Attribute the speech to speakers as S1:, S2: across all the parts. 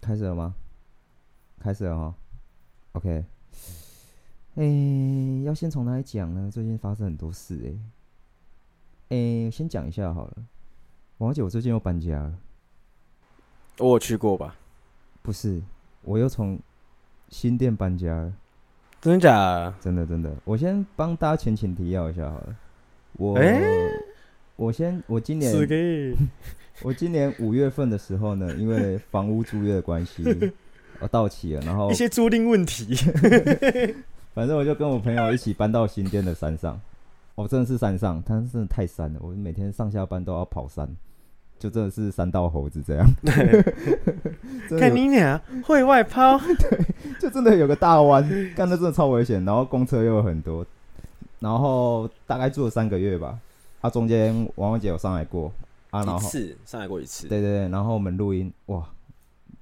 S1: 开始了吗？开始了哈。OK，诶、要先从哪里讲呢？最近发生很多事诶、诶、先讲一下好了。王姐，我最近又搬家了，
S2: 我有去过吧？
S1: 不是，我又从新店搬家了。
S2: 真的假的？
S1: 真的真的，我先帮大家前情提要一下好了。我、
S2: 诶
S1: 我先我今年
S2: 是给
S1: 我今年五月份的时候呢，因为房屋租约的关 系，我到期了，然后
S2: 一些租赁问题。
S1: 反正我就跟我朋友一起搬到新店的山上。哦，真的是山上，它真的太山了，我每天上下班都要跑山，就真的是山道猴子 这样。真的
S2: 看
S1: 有
S2: 你俩会外抛，
S1: 就真的有个大弯，干的真的超危险，然后公车又有很多，然后大概住了三个月吧。啊，中间王王姐有上来过啊，然
S2: 一
S1: 后
S2: 次上来过一次。
S1: 对对对，然后我们录音，哇，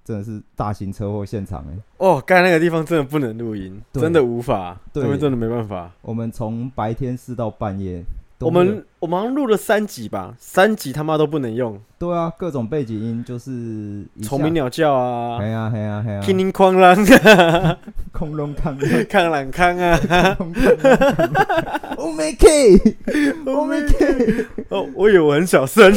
S1: 真的是大型车祸现场哎、
S2: 哦，刚才那个地方真的不能录音，
S1: 对
S2: 真的无法，
S1: 对
S2: 这边真的没办法。
S1: 我们从白天试到半夜，都
S2: 我
S1: 没有
S2: 们我们好像录了三集吧，三集他妈都不能用，
S1: 对啊，各种背景音就是一下
S2: 虫鸣鸟叫啊
S1: 嘿，呀嘿呀嘿呀，
S2: 叮铃哐 啷，啊
S1: 空中抗
S2: 康朗康啊。
S1: ，Oh my K，
S2: 我没哦，我以为我很 小声。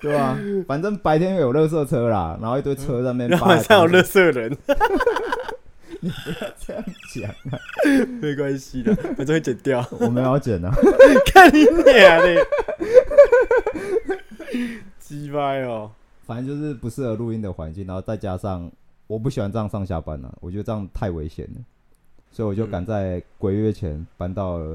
S1: 对吧、啊？反正白天有垃圾车啦，然后一堆车在那边
S2: 嗯然
S1: 扒
S2: 后
S1: 来扒去，
S2: 晚上有乐色人，
S1: 这样讲，
S2: 没关系的，反正会剪掉。
S1: 我们要剪啊，
S2: 看你俩嘞，鸡掰哦！
S1: 反正就是不适合录音的环境，然后再加上我不喜欢这样上下班啊，我觉得这样太危险了，所以我就赶在鬼月前搬到了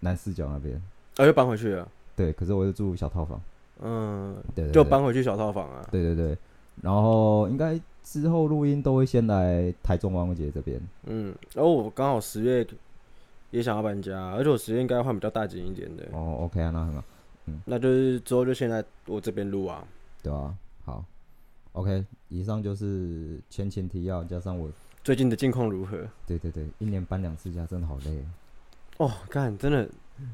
S1: 南四角那边。
S2: 啊，又搬回去了，
S1: 对，可是我就住小套房，
S2: 嗯，
S1: 对对
S2: 就
S1: 对
S2: 搬回去小套房啊。
S1: 对对对，然后应该之后录音都会先来台中王姐这边。
S2: 嗯，然后我刚好十月也想要搬家，而且我十月应该换比较大间一点的，
S1: 哦，OK 啊，那很好，
S2: 那就是之后就先在我这边录啊。
S1: 对啊？好，OK，以上就是前情提要，加上我，
S2: 最近的近况如何？
S1: 对对对，一年搬两次家真的好累啊。
S2: 哦，干，真的，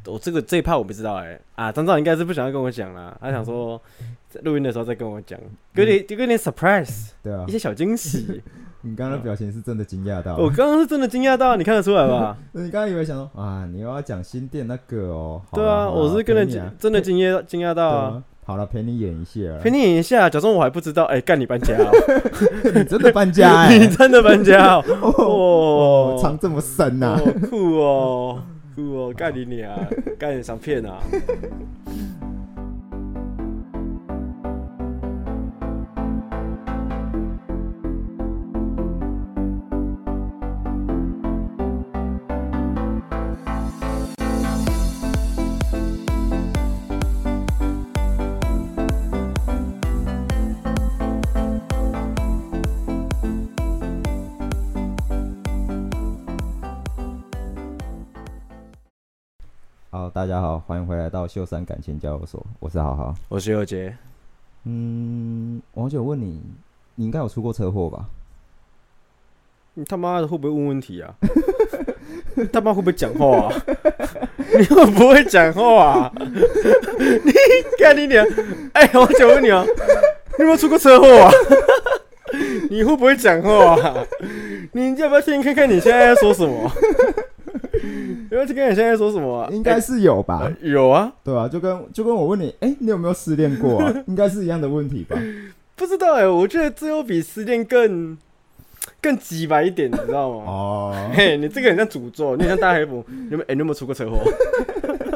S2: 我、这个这一趴我不知道哎、啊，张照应该是不想要跟我讲啦，他想说在录音的时候再跟我讲，给点给点 surprise，
S1: 对啊
S2: 一，些哦小惊喜。
S1: 你刚刚的表情是真的惊讶到，
S2: 我刚刚是真的惊讶到，你看得出来吧？
S1: 你刚刚以为想说啊，你又要讲新店那个哦？好啦
S2: 对啊，
S1: 好啦
S2: 我是跟人
S1: 陪你
S2: 惊、
S1: 啊
S2: 真的惊讶惊讶到
S1: 对
S2: 啊，
S1: 啊。好了，陪你演一下啊，
S2: 陪你演一下，假装我还不知道，哎、干你搬家、哦
S1: 你真的搬家哎
S2: 你真的搬家哦，
S1: 哦
S2: 哦，
S1: 藏这么深啊呐
S2: 哦。酷哦，酷哦，干你你啊，干你想骗啊！
S1: 好，大家好，欢迎回来到秀山感情交流所，我是好好。
S2: 我是尤杰，
S1: 嗯，王九问你，你应该有出过车祸吧？
S2: 你他妈的会不会问问题啊？ 你他妈会不会讲话啊？ 你会不会讲话啊？ 你干你娘！哎、我想问你哦、你有没有出过车祸啊？ 你会不会讲话啊？你要不要听看看你现在在说什么？ 要不要听看你现在在说什么、啊？
S1: 应该是有吧，
S2: 哎有啊，
S1: 对吧、就跟就跟我问你，哎、你有没有失恋过 啊？应该是一样的问题吧？
S2: 不知道哎、我觉得这又比失恋更更鸡白一点，你知道吗？
S1: 哦，
S2: 嘿，你这个很像诅咒，你很像大黑虎。你有没有？哎、你有没有出过车祸？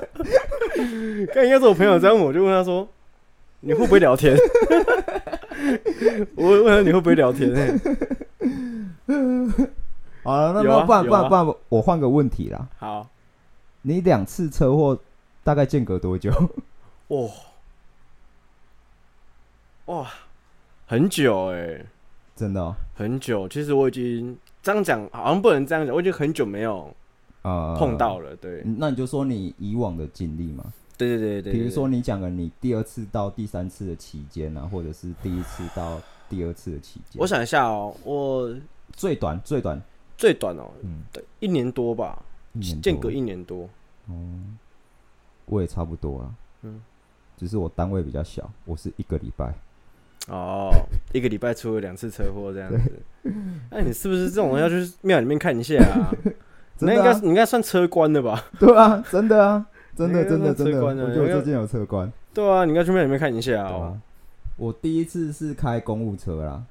S2: 刚应该是我朋友这样问我，就问他说：“你会不会聊天？” 我问他你会不会聊天、欸？
S1: 哦好了，那
S2: 有
S1: 那
S2: 啊
S1: 不然
S2: 有
S1: 不然
S2: 啊
S1: 不然，我换个问题啦。
S2: 好，
S1: 你两次车祸大概间隔多久？
S2: 哇哇，很久哎、
S1: 真的哦，
S2: 很久。其实我已经这样讲，好像不能这样讲，我已经很久没有
S1: 呃，
S2: 碰到了。对，
S1: 嗯，那你就说你以往的经历嘛，
S2: 对对对对对。
S1: 比如说你讲了你第二次到第三次的期间啊，或者是第一次到第二次的期间，
S2: 我想一下哦、我
S1: 最短最短，
S2: 最短哦、
S1: 嗯，
S2: 对，一年多吧，
S1: 一年多
S2: 间隔一年多。
S1: 哦，我也差不多啦。啊
S2: 嗯
S1: 只是我单位比较小，我是一个礼拜。
S2: 哦，一个礼拜出了两次车祸这样子。那、你是不是这种要去庙里面看一下啊？
S1: 真
S2: 那应
S1: 的、
S2: 该
S1: 啊
S2: 是，你应该算车官的吧？
S1: 对啊，真的啊，真的
S2: 那个
S1: 真的
S2: 车
S1: 真的，我
S2: 关的
S1: 觉得我
S2: 那个
S1: 最近有车关，
S2: 对啊，你应该去庙里面看一下
S1: 对
S2: 哦。
S1: 啊？我第一次是开公务车啦，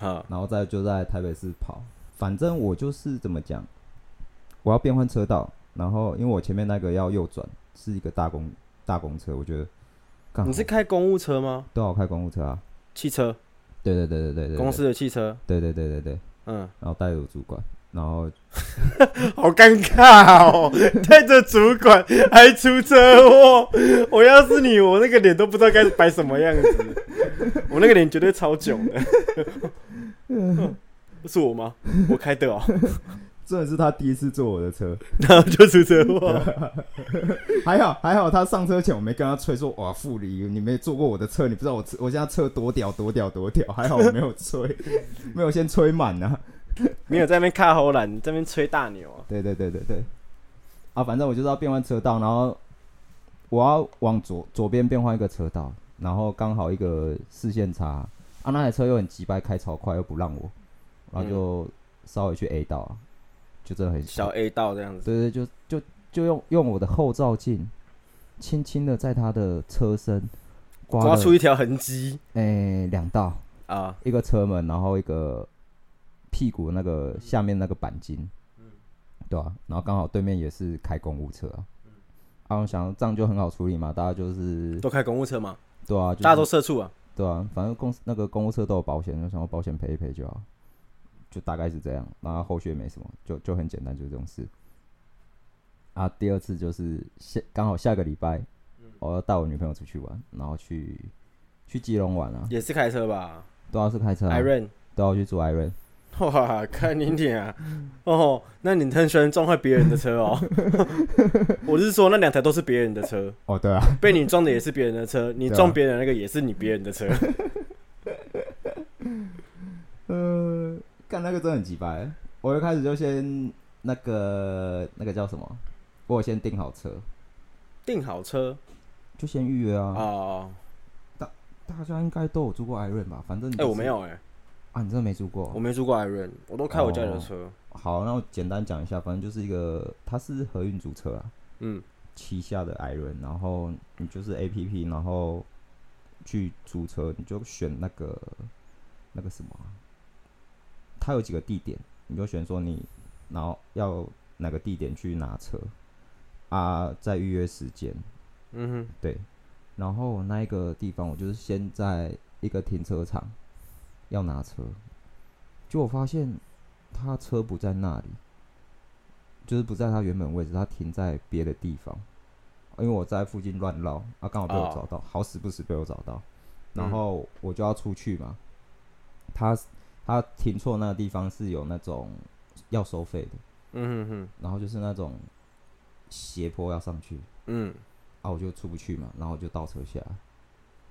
S2: 啊，
S1: 然后再就在台北市跑。反正我就是怎么讲，我要变换车道，然后因为我前面那个要右转，是一个大公大公车，我觉得刚好
S2: 你是开公务车吗？
S1: 都要开公务车啊？
S2: 汽车，
S1: 对对对对对对，
S2: 公司的汽车。
S1: 对对对对对，
S2: 嗯，
S1: 然后带着我主管，然后
S2: 好尴尬哦， 带着主管还出车祸。 我要是你，我那个脸都不知道该摆什么样 子，我那个脸绝对超囧的。 是我吗？我开的哦，
S1: 真的是他第一次坐我的车，
S2: 然后就出车祸。
S1: 还好还好，他上车前我没跟他吹说哇，傅里你没坐过我的车，你不知道我车我现在车多屌多屌多屌， 还好我没有吹， 没有先吹满啊。
S2: 没有在那边看后栏，在那边吹大牛啊。
S1: 对对对对对，啊，反正我就是要变换车道，然后我要往左左边变换一个车道，然后刚好一个视线差，啊，那台车又很急掰，开超快又不让我，然后就稍微去 A 道啊，就真的很
S2: 小
S1: 小，
S2: A 道这样子，
S1: 对对，就就就用用我的后照镜，轻轻的在他的车身刮
S2: 刮
S1: 了
S2: 出一条痕迹
S1: 诶两、道，
S2: 啊！
S1: 一个车门，然后一个屁股那个
S2: 嗯
S1: 下面那个钣金，对啊，然后刚好对面也是开公务车啊，啊，我想这样就很好处理嘛，大家就是
S2: 嗯都开公务车嘛，
S1: 对啊，就是
S2: 大家都社畜啊。
S1: 对啊，反正公司那个公务车都有保险，就想要保险赔一赔就好，就大概是这样，然后后续也没什么，就就很简单，就是这种事。啊，第二次就是下刚好下个礼拜，
S2: 嗯
S1: 我要带我女朋友出去玩，然后去去基隆玩啊，
S2: 也是开车吧
S1: 都要是开车、啊，
S2: ，Iron，
S1: 都要去住 Iron。
S2: 哇，看你点啊！哦，那你很喜欢撞坏别人的车 哦。我是说，那两台都是别人的车，
S1: 哦，对啊，
S2: 被你撞的也是别人的车，你
S1: 对啊
S2: 撞别人的那个也是你别人的车。
S1: 呃，干那个真的很鸡掰。我一开始就先那个那个叫什么，我有先订好车，
S2: 订好车
S1: 就先预约啊。
S2: 哦，
S1: 大家应该都有住过 Iron 吧？反正你
S2: 哎，我
S1: 是
S2: 没有哎，
S1: 啊，你真的没住过
S2: 我。没住过 Iron，我都开我家里的
S1: 哦
S2: 车。
S1: 好，那我简单讲一下，反正就是一个它是合运租车啊，
S2: 嗯，
S1: 旗下的 Iron，然后你就是 APP，然后去租车，你就选那个那个什么啊，它有几个地点，你就选说你然后要哪个地点去拿车啊，再预约时间，
S2: 嗯
S1: 对，然后我那一个地方，我就是先在一个停车场要拿车，结果发现他车不在那里，就是不在他原本位置，他停在别的地方。因为我在附近乱绕，啊，刚好被我
S2: 哦
S1: 找到好死不死被我找到，然
S2: 嗯
S1: 后我就要出去嘛。他他停错那个地方是有那种要收费的，
S2: 哼，嗯哼哼，
S1: 然后就是那种斜坡要上去，
S2: 嗯，
S1: 啊，我就出不去嘛，然后我就倒车下来，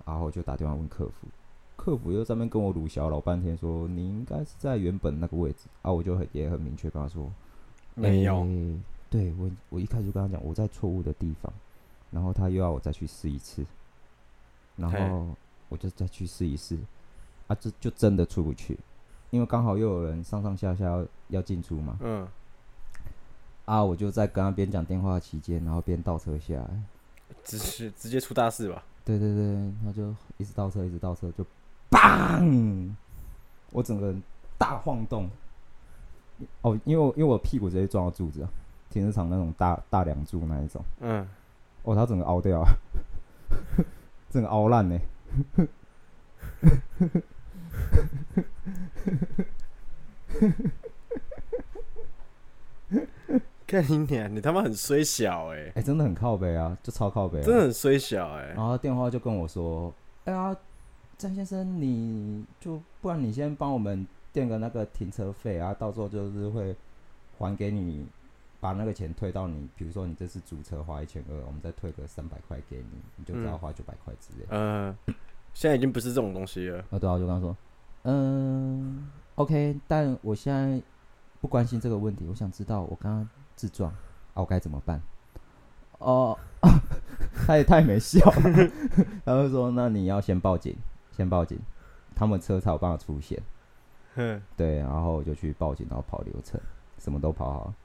S1: 然后我就打电话问客服，客服又在那边跟我鲁小老半天说你应该是在原本那个位置啊，我就很也很明确跟他说
S2: 没有，
S1: 诶对我我一开始就跟他讲我在错误的地方，然后他又要我再去试一次，然
S2: 嘿
S1: 后我就再去试一试，啊，这就真的出不去，因为刚好又有人上上下下要要进出嘛，
S2: 嗯，
S1: 啊，我就在跟他边讲电话期间，然后边倒车下来。
S2: 直直接出大事吧。
S1: 对对对，他就一直倒车，一直倒车，就砰！我整个人大晃动。哦，因为我因为我屁股直接撞到柱子啊，停车场那种大大梁柱那一种。
S2: 嗯，
S1: 哦，他整个凹掉啊， 整个凹烂呢。
S2: 看你娘，你他妈很衰小哎、
S1: 哎、真的很靠北啊，就超靠北、啊。
S2: 真的很衰小哎、
S1: 然后他电话就跟我说：“哎呀，詹先生，你就不然你先帮我们垫个那个停车费啊，到时候就是会还给你，把那个钱退到你，比如说你这次租车花一千二，我们再退个三百块给你，你就只要
S2: 嗯
S1: 花九百块之类的。
S2: 呃，现在已经不是这种东西了。
S1: 啊，对啊，我就跟他说：“嗯，OK，但我现在不关心这个问题，我想知道我刚刚自撞啊，我该怎么办？”哦、 他也太没笑了，他就说：“那你要先报警，先报警。”他们车才有办法出现。
S2: 嗯，
S1: 对，然后我就去报警，然后跑流程，什么都跑好了。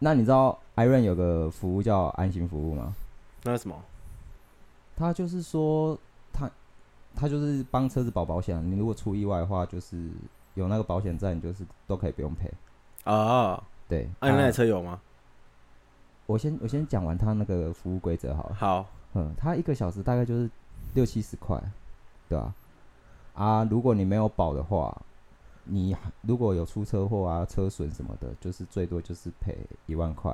S1: 那你知道 Iron 有个服务叫安心服务吗？
S2: 那是什么？
S1: 他就是说，他他就是帮车子保保险。你如果出意外的话，就是有那个保险在，你就是都可以不用赔。
S2: 啊，
S1: 对，
S2: 啊，你那台车有吗？
S1: 我先我先讲完他那个服务规则好了。
S2: 好，
S1: 嗯，他一个小时大概就是六七十块，对吧、啊？如果你没有保的话，你如果有出车祸啊、车损什么的，就是最多就是赔一万块。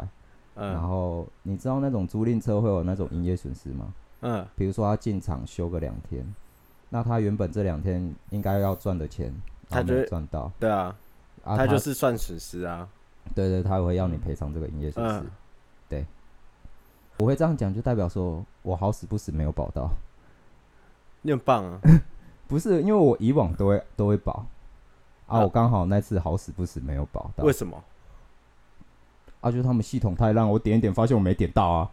S1: 然
S2: 嗯
S1: 后你知道那种租赁车会有那种营业损失吗？
S2: 嗯，
S1: 比如说他进厂休个两天，那他原本这两天应该要赚的钱，
S2: 他
S1: 没
S2: 就
S1: 有
S2: 会
S1: 赚到，
S2: 对啊，
S1: 啊，
S2: 他就是算损失啊，
S1: 对对，他会要你赔偿这个营业损失。
S2: 嗯
S1: 对，我会这样讲，就代表说我好死不死没有保到，
S2: 你很棒啊，
S1: 不是因为我以往都会都会保。啊，
S2: 啊
S1: 我刚好那次好死不死没有保到
S2: 为，什么？
S1: 啊，就是他们系统太烂，我点一点发现我没点到啊，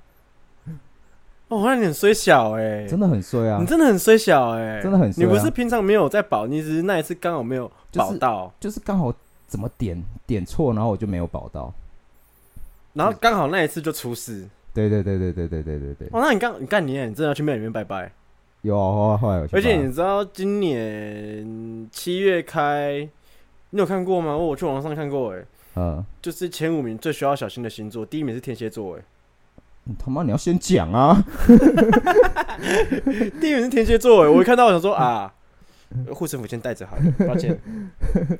S2: 哦，那你很衰小哎，
S1: 真的很衰啊
S2: 你，真的很衰小哎，
S1: 真的很衰
S2: 你
S1: 啊
S2: 不是平常没有在保，你只是那一次刚好没有
S1: 就是
S2: 保到，
S1: 就是刚好怎么点点错，然后我就没有保到。
S2: 然后刚好那一次就出事。
S1: 对对对对对对对对对，
S2: 哦，那你刚你干你你真的要去庙里面拜拜？
S1: 有啊后来后来有去
S2: 而且
S1: 报
S2: 你知道今年七月开，你有看过吗？我有去网上看过哎、
S1: 嗯，
S2: 就是前五名最需要小心的星座，第一名是天蝎座哎、
S1: 你他妈你要先讲啊！
S2: 第一名是天蝎 座哎、我一看到我想说啊，护身符先带着好了，抱歉。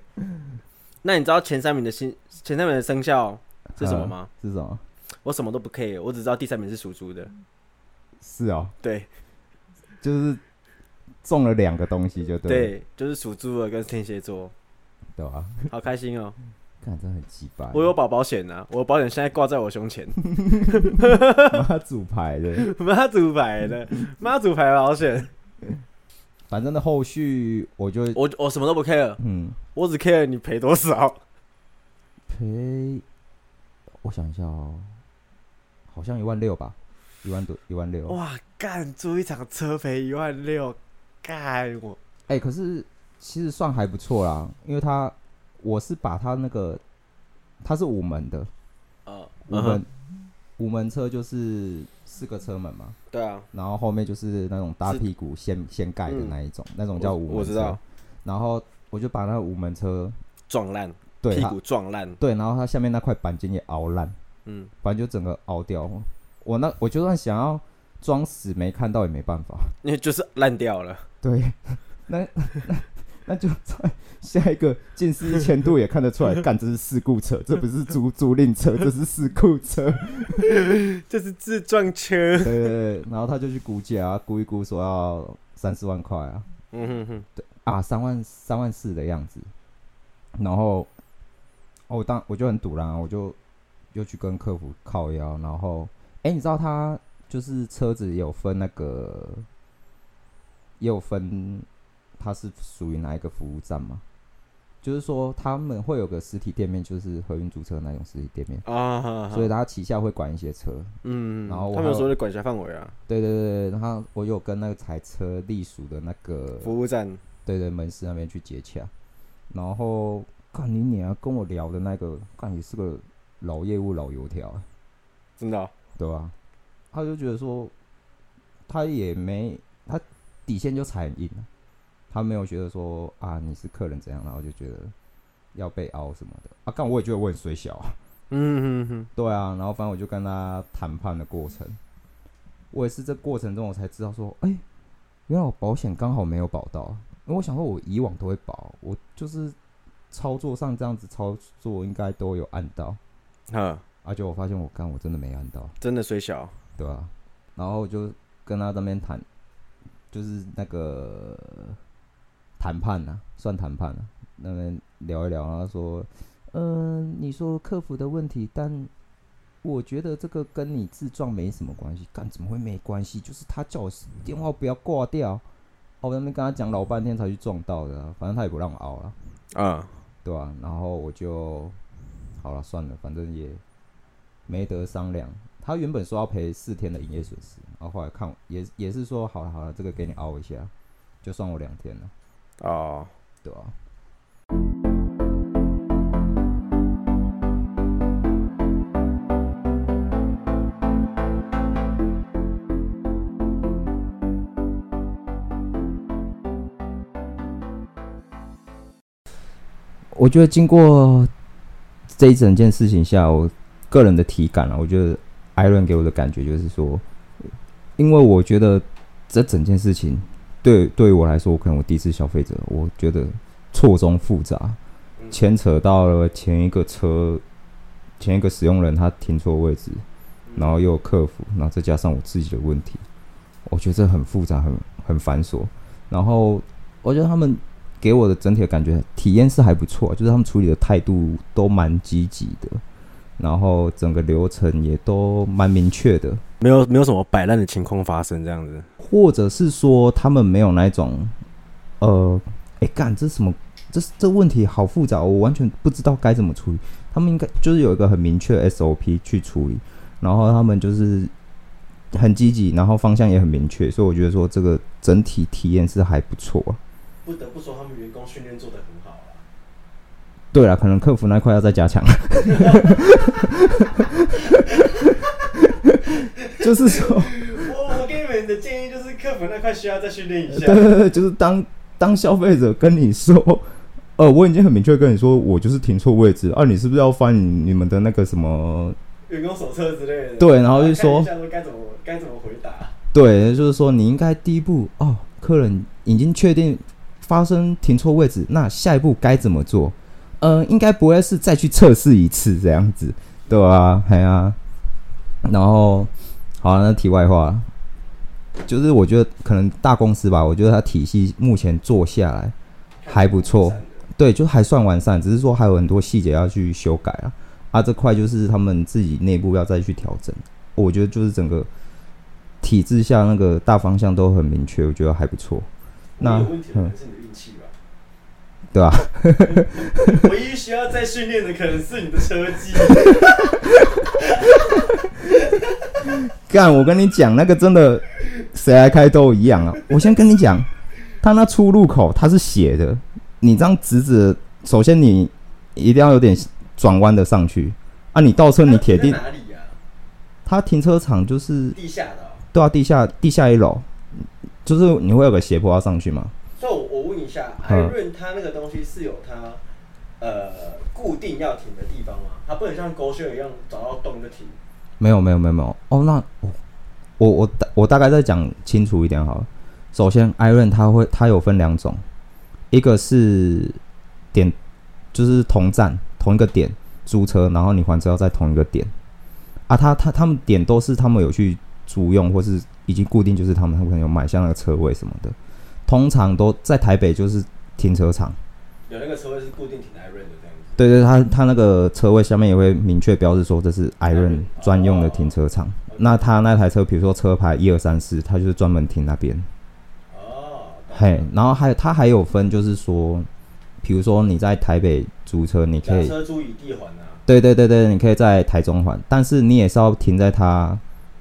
S2: 那你知道前三名的星前三名的生肖是什么吗？
S1: 是什么？
S2: 我什么都不 care，我只知道第三名是属猪的。
S1: 是哦，
S2: 对
S1: 就是中了两个东西就对了，
S2: 对，就是属猪的跟天 蝎座，
S1: 对吧？
S2: 好开心哦、
S1: 看真的很鸡巴，
S2: 我有保保险啊，我的保险现在挂在我胸前，
S1: 妈主牌的。
S2: 妈祖牌的，妈祖牌保险。
S1: 反正的后续我就
S2: 我我什么都不 care，
S1: 嗯
S2: 我只 care 你赔多少。
S1: 赔，我想一下哦，好像一万六吧，一万多，一万六。
S2: 哇，干租一场车赔一万六，干我
S1: 哎、可是其实算还不错啦，因为他我是把他那个他是五门的，
S2: 哦，
S1: 五门、五门车就是四个车门嘛，
S2: 对啊，
S1: 然后后面就是那种大屁股掀掀盖的那一种，那种叫
S2: 嗯我
S1: 五门车。
S2: 我知道。
S1: 然后我就把那个五门车
S2: 撞烂，
S1: 对
S2: 屁
S1: 它
S2: 股撞烂，
S1: 对，然后它下面那块钣金也凹烂，
S2: 嗯，
S1: 反正就整个凹掉。我那我就算想要装死没看到也没办法。
S2: 因为就是烂掉了。
S1: 对， 那那那就在下一个近视一千度也看得出 来，干这是事故车，这不是租租赁车，这是事故车。
S2: 这是自撞车。
S1: 对对对，然后他就去估价、啊，估一估说要三四万块啊。
S2: 嗯哼哼，
S1: 啊，三万三万四的样子。然后，哦，我当我就很堵然，我就又去跟客服靠腰。然后，哎、你知道他就是车子有分那个，也有分它是属于哪一个服务站吗？就是说他们会有个实体店面，就是合运租车那种实体店面，
S2: 啊哈，哈
S1: 所以他旗下会管一些车。
S2: 嗯，
S1: 然后我
S2: 他
S1: 还
S2: 们
S1: 有
S2: 说的管辖范围啊，
S1: 对对对对，然后我有跟那个台车隶属的那个
S2: 服务站，
S1: 对对，门市那边去接洽。然后，看你娘啊跟我聊的那个，看也是个老业务老油条，
S2: 真的哦
S1: 对吧？他就觉得说，他也没他底线就踩很硬啊，他没有觉得说啊你是客人怎样，然后就觉得要被凹什么的啊。干我也觉得我很水小啊，
S2: 嗯哼哼，
S1: 对啊。然后反正我就跟他谈判的过程，我也是这过程中我才知道说，哎、原来我保险刚好没有保到，因为我想说我以往都会保，我就是操作上这样子操作应该都有按到，
S2: 哈，
S1: 而、且我发现我刚我真的没按到，
S2: 真的虽小，
S1: 对啊，然后我就跟他那边谈，就是那个谈判啊，算谈判啊，那边聊一聊，然后说，嗯、你说客服的问题，但我觉得这个跟你自撞没什么关系，干怎么会没关系？就是他叫我电话不要挂掉，啊我在那边跟他讲老半天才去撞到的啊、反正他也不让我熬了，
S2: 啊，
S1: 对吧、然后我就好了，算了，反正也没得商量。他原本说要赔四天的营业损失，然后后来看我也也是说好了好了，这个给你熬一下，就算我两天了。
S2: 哦，
S1: 对吧、我觉得经过这一整件事情下，我个人的体感啊，我觉得艾伦给我的感觉就是说，因为我觉得这整件事情对对于我来说，我可能我第一次消费者，我觉得错综复杂，牵扯到了前一个车、前一个使用人他停错位置，然后又有客服，然后再加上我自己的问题，我觉得这很复杂，很很繁琐。然后我觉得他们给我的整体的感觉体验是还不错，啊就是他们处理的态度都蛮积极的，然后整个流程也都蛮明确的。
S2: 没有没有什么摆烂的情况发生，这样子。
S1: 或者是说他们没有那一种，呃，哎、干这什么？这这问题好复杂，我完全不知道该怎么处理。他们应该就是有一个很明确的 SOP 去处理，然后他们就是很积极，然后方向也很明确，所以我觉得说这个整体体验是还不错、啊。
S3: 不得不说他们员工训练做得很好啊。
S1: 对了，可能客服那块要再加强。就是说，
S3: 我我给你们的建议就是，客服那块需要再训练一下
S1: 对。对对，就是当当消费者跟你说，呃，我已经很明确地跟你说，我就是停错位置，啊，你是不是要翻你你们的那个什么？
S3: 员工手册之类的。
S1: 对然后就说
S3: 看一下说该怎么该怎么回答。
S1: 对，就是说你应该第一步哦，客人已经确定发生停错位置，那下一步该怎么做？嗯、应该不会是再去测试一次这样子，对啊，哎呀、然后，好、啊那题外话了，就是我觉得可能大公司吧，我觉得它体系目前做下来还不错，对，就还算完善，只是说还有很多细节要去修改啊。啊，这块就是他们自己内部要再去调整。我觉得就是整个体制下那个大方向都很明确，我觉得还不错。那
S3: 那有问题的可能是你的运气吧。
S1: 对啊，
S3: 唯一需要再训练的可能是你的车技。
S1: 干，我跟你讲，那个真的谁来开都一样啊。我先跟你讲，他那出入口它是斜的，你这样直直的，首先你一定要有点转弯的上去啊。你倒车你铁定
S3: 那，在哪里啊呀？
S1: 他停车场就是
S3: 地下的哦。
S1: 都要地下地下一楼，就是你会有个斜坡要上去嘛。
S3: 所以我我问一下，艾
S1: 嗯
S3: 润它那个东西是有它呃固定要停的地方吗？它不能像狗血一样找到洞就停。
S1: 没有没有没有没有哦，那我我我大我大概再讲清楚一点好了。首先，Iron 它会它有分两种，一个是点就是同站同一个点租车，然后你还车要在同一个点啊，他他他们点都是他们有去租用或是已经固定，就是他们他们可能有买下那个车位什么的，通常都在台北就是停车场。
S3: 有那个车位是固定停艾润的这样子。
S1: 对对，它它那个车位下面也会明确标示说这是 Iron 专用的停车场。那它那台车，比如说车牌一二三四，它就是专门停那边。
S3: 哦，懂
S1: 嘿，然后还有它还有分，就是说，比如说你在台北租车，你可
S3: 假
S1: 以，
S3: 车租以地还啊。
S1: 对对对对，你可以在台中还，但是你也是要停在它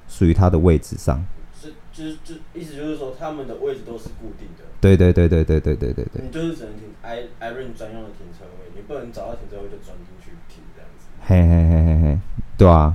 S1: 属于它的位置上。
S3: 是，就是，就意思就是说，他们的位置都是固定的，
S1: 对对对对对对对对对，
S3: 你就是只能停 i i r o n 专用的停车位，你不能找到停车位就钻进去停这样子。
S1: 嘿嘿嘿嘿嘿，对啊，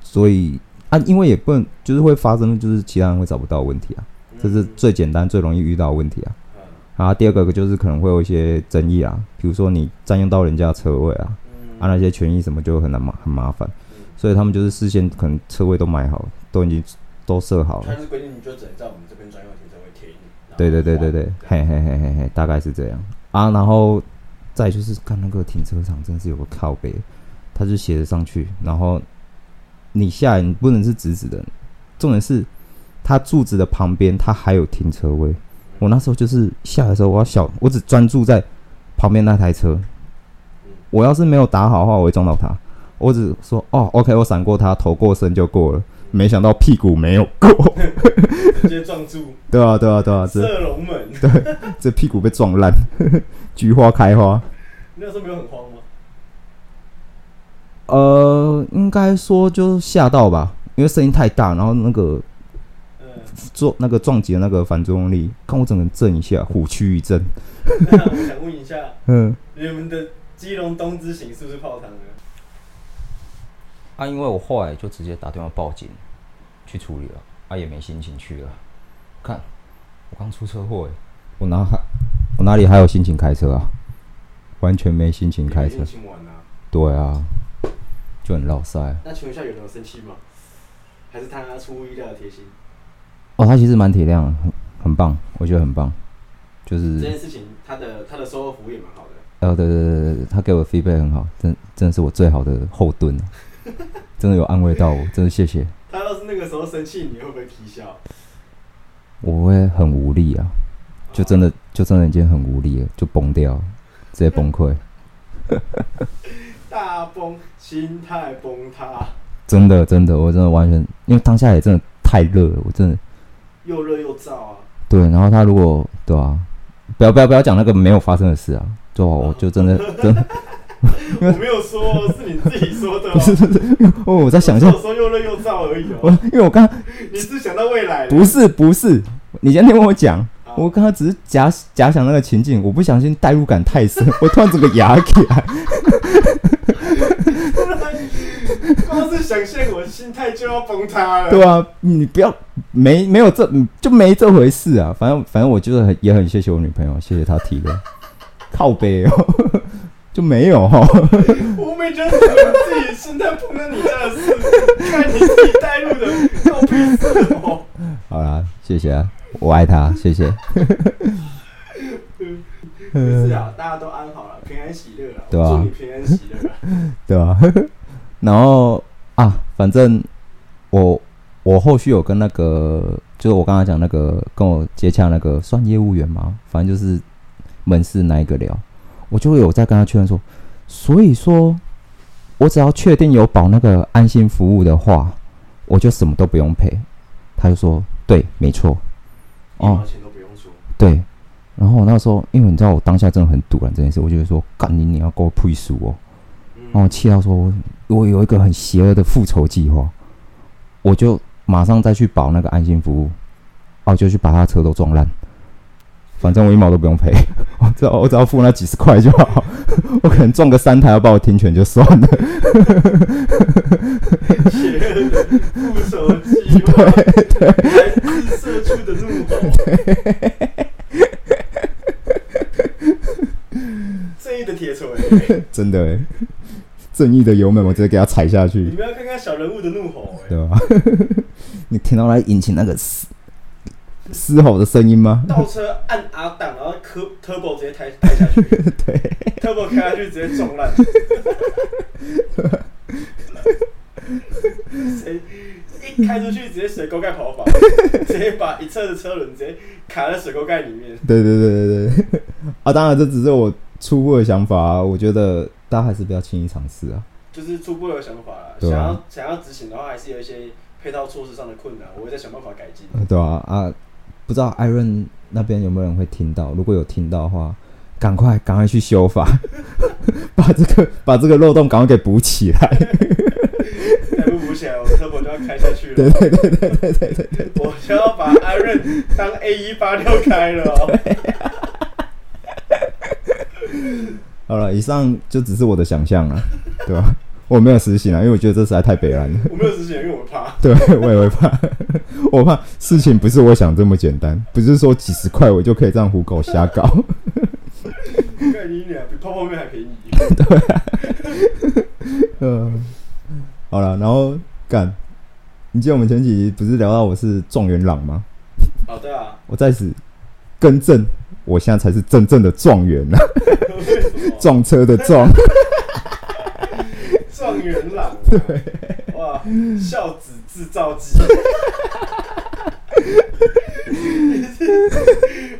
S1: 所以啊，因为也不能，就是会发生，就是其他人会找不到的问题啊，这是
S3: 嗯
S1: 最简单最容易遇到的问题啊。
S3: 嗯
S1: 然后第二个就是可能会有一些争议啊，比如说你占用到人家的车位啊，
S3: 嗯
S1: 啊那些权益什么就很难麻很麻烦，
S3: 嗯，
S1: 所以他们就是事先可能车位都买好，都已经都设好
S3: 它
S1: 了。
S3: 是规定你就只能在我们这边专用的停车位停。然后
S1: 对对对对对
S3: 换，
S1: 嘿嘿嘿嘿嘿，大概是这样啊。然后再就是看那个停车场，真的是有个靠背，它就斜着上去，然后你下来你不能是直直的，重点是它柱子的旁边它还有停车位。我那时候就是下来的时候，我要小，我只专注在旁边那台车。我要是没有打好的话，我会撞到他。我只说哦，OK，我闪过他，头过身就过了，没想到屁股没有过。
S3: 直接撞住
S1: 对啊，对啊，对啊，这
S3: 射龙门。
S1: 这屁股被撞烂， 菊花开花。
S3: 那时候没有很慌吗？
S1: 呃，应该说就吓到吧，因为声音太大，然后那个
S3: 嗯，
S1: 做那个撞击的那个反作用力，看我整个人震一下，虎躯一震。
S3: 那我想问一下，
S1: 嗯，
S3: 你们的基隆东之行是不是泡汤了？
S1: 啊，因为我后来就直接打电话报警去处理了，啊，也没心情去了。看，我刚出车祸欸，我哪还我哪里还有心情开车啊？完全没心情开车
S3: 你们已。经玩了。
S1: 对啊，就很落塞。
S3: 那请问一下，有人有生气吗？还是他出乎意料的贴心？
S1: 哦，他其实蛮体谅的，很很棒，我觉得很棒。就
S3: 这
S1: 是
S3: 件事情，他的他的售后服务也蛮好的。
S1: 哦，对对对对对，他给我的 feedback 很好，真真的是我最好的后盾啊，真的有安慰到我，真的谢谢。
S3: 他要是那个时候生气，你会不会皮笑？
S1: 我会很无力啊，就真的就真的已经很无力了，就崩掉了，直接崩溃，
S3: 大崩，心态崩塌，
S1: 真的真的，我真的完全，因为当下也真的太热了，我真的
S3: 又热又燥 啊！
S1: 对。然后他如果对啊，不要不要不要讲那个没有发生的事啊，对啊，我就真的真的，
S3: 我没有说，是你自己说的、哦。
S1: 哦，我在想象
S3: 我，只有说又热又燥而已
S1: 我
S3: 哦。
S1: 因为我刚
S3: 你是想到未来了？啊
S1: 不是不是，你先听我讲，
S3: 好
S1: 我刚刚只是假假想那个情境，我不小心代入感太深， 我突然整个牙起来，
S3: 光是想象我心态就要崩塌了。
S1: 对啊，你不要没没有这就没这回事啊，反正反正我就是很也很谢谢我女朋友，谢谢她体谅，靠背哦， 就没有哦，
S3: 我没觉得你自己心态碰到你家的事，看你自己带入 的，
S1: 嗯
S3: 要逼死我。
S1: 好啦，谢谢、啊，我爱她，谢谢，
S3: 没事啊，大家都安好了，平安喜乐了。
S1: 对啊
S3: 祝你平安喜乐啊。
S1: 对吧、 然后啊，反正我我后续有跟那个，就是我刚刚讲那个跟我接洽那个算业务员嘛，反正就是门市那一个聊，我就有在跟他确认说，所以说我只要确定有保那个安心服务的话，我就什么都不用赔。他就说，对，没错，
S3: 一
S1: 哦
S3: 毛钱都不用出，
S1: 对。然后我那时候，因为你知道我当下真的很堵然这件事，我就会说，干你你要给我配输哦。让我
S3: 嗯，
S1: 气到说，我有一个很邪恶的复仇计划，我就马上再去保那个安心服务，哦，就去把他的车都撞烂，反正我一毛都不用赔，我只要我只要付那几十块就好，我可能撞个三台要把我停权就算了，
S3: 邪恶的复仇计划，来自社畜的怒吼。正义的铁锤，
S1: 真的欸，正义的油门我直接给他踩下
S3: 你
S1: 去，
S3: 们要看看小人物的怒吼哎、
S1: 对吧？ 你听到那引擎那个嘶嘶吼的声音吗？
S3: 倒车按 R 档，然后磕 turbo 直接抬抬下去，
S1: 对。
S3: turbo 开下去直接撞烂。 谁一开出去直接水沟盖跑法，直接把一侧的车轮直接卡在水沟盖里面。
S1: 对对对对 对，啊，当然这只是我初步的想法、啊，我觉得大家还是不要轻易尝试啊。
S3: 就是初步的想法啦，
S1: 对
S3: 想
S1: 啊
S3: 要想要执行的话，还是有一些配套措施上的困难，我会再想办法改进。
S1: 呃对啊啊，不知道艾润那边有没有人会听到？如果有听到的话，赶快赶快去修法， 把这个把这个漏洞赶快给补起来。
S3: 再不补起来，我的 turbo 就要开下去了。对对对对对对我就要把 Iron 当 A 一八六开了、哦。
S1: 好了，以上就只是我的想象了，对吧、我没有实行啊，因为我觉得这实在太北蓝了。
S3: 我没有执行，因为我怕。
S1: 对，我也会怕，我怕事情不是我想这么简单，不是说几十块我就可以这样胡搞瞎搞。
S3: 盖你俩比泡泡面还便宜。
S1: 嗯，好了，然后干，你记得我们前几集不是聊到我是状元郎吗？
S3: 哦，对啊，
S1: 我在此更正，我现在才是真正的状元啊，
S3: 为什么
S1: 撞车的撞。
S3: 状元郎、对，哇，孝子制造机。你是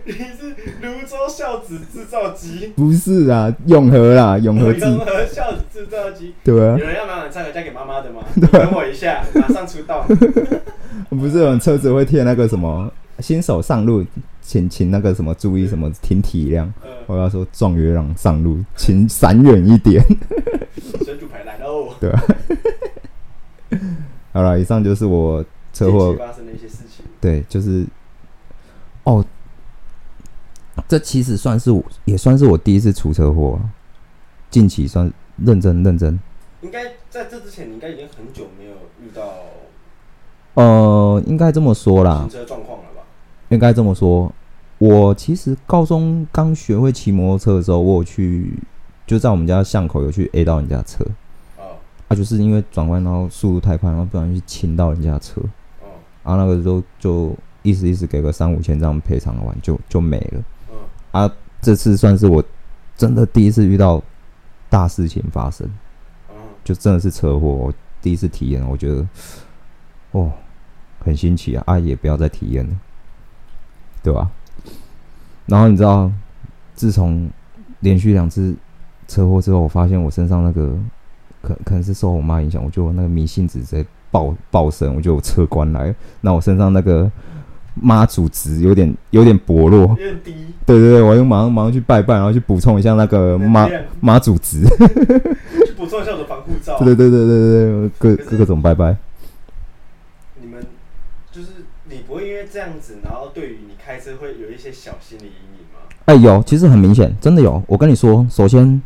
S3: 你是泸州孝子制造机。
S1: 不是啊，永和啦，永和
S3: 我
S1: 记，
S3: 用和孝子制造机，
S1: 对啊
S3: 有，人要买晚餐回家给妈妈的 吗？你等我一下，马上出道。
S1: 不是有人车子会贴那个什么新手上路，请请那个什么注意什么停体谅。
S3: 呃，
S1: 我要说状元郎上路，请闪远一点。
S3: 水煮牌来哦喽。
S1: 好了，以上就是我车祸
S3: 近期发生的一些事情，
S1: 对，就是哦，这其实算是我也算是我第一次出车祸啊、近期算认真认真。
S3: 应该在这之前，你应该已经很久没有遇到
S1: 啊呃，应该这么说啦
S3: 行，车状况了吧？
S1: 应该这么说。我其实高中刚学会骑摩托车的时候，我有去就在我们家巷口有去 A 到人家车
S3: 哦
S1: 啊，就是因为转弯然后速度太快，然后不小心去亲到人家的车，
S3: 哦，
S1: 啊，那个时候就意思意思给个三五千这样赔偿完就就没了。
S3: 嗯，
S1: 这次算是我真的第一次遇到大事情发生，
S3: 嗯，
S1: 就真的是车祸，我第一次体验，我觉得哦很新奇啊，啊也不要再体验了，对吧？然后你知道，自从连续两次车祸之后，我发现我身上那个可可能是受我妈影响，我觉得我那个迷信值直接爆爆升，我觉得我车关来了，那我身上那个妈祖值有点有点薄弱
S3: 有，点低，
S1: 对对对，我就马上马上去拜拜，然后去补充一下那个妈
S3: 能量
S1: 妈祖值。
S3: 去补充一下我的防护罩 啊。
S1: 对对对对对对，各各种拜拜。
S3: 你们就是你不会因为这样子，然后对于你开车会有一些小心理阴影吗？
S1: 哎，有，其实很明显，真的有。我跟你说，首先，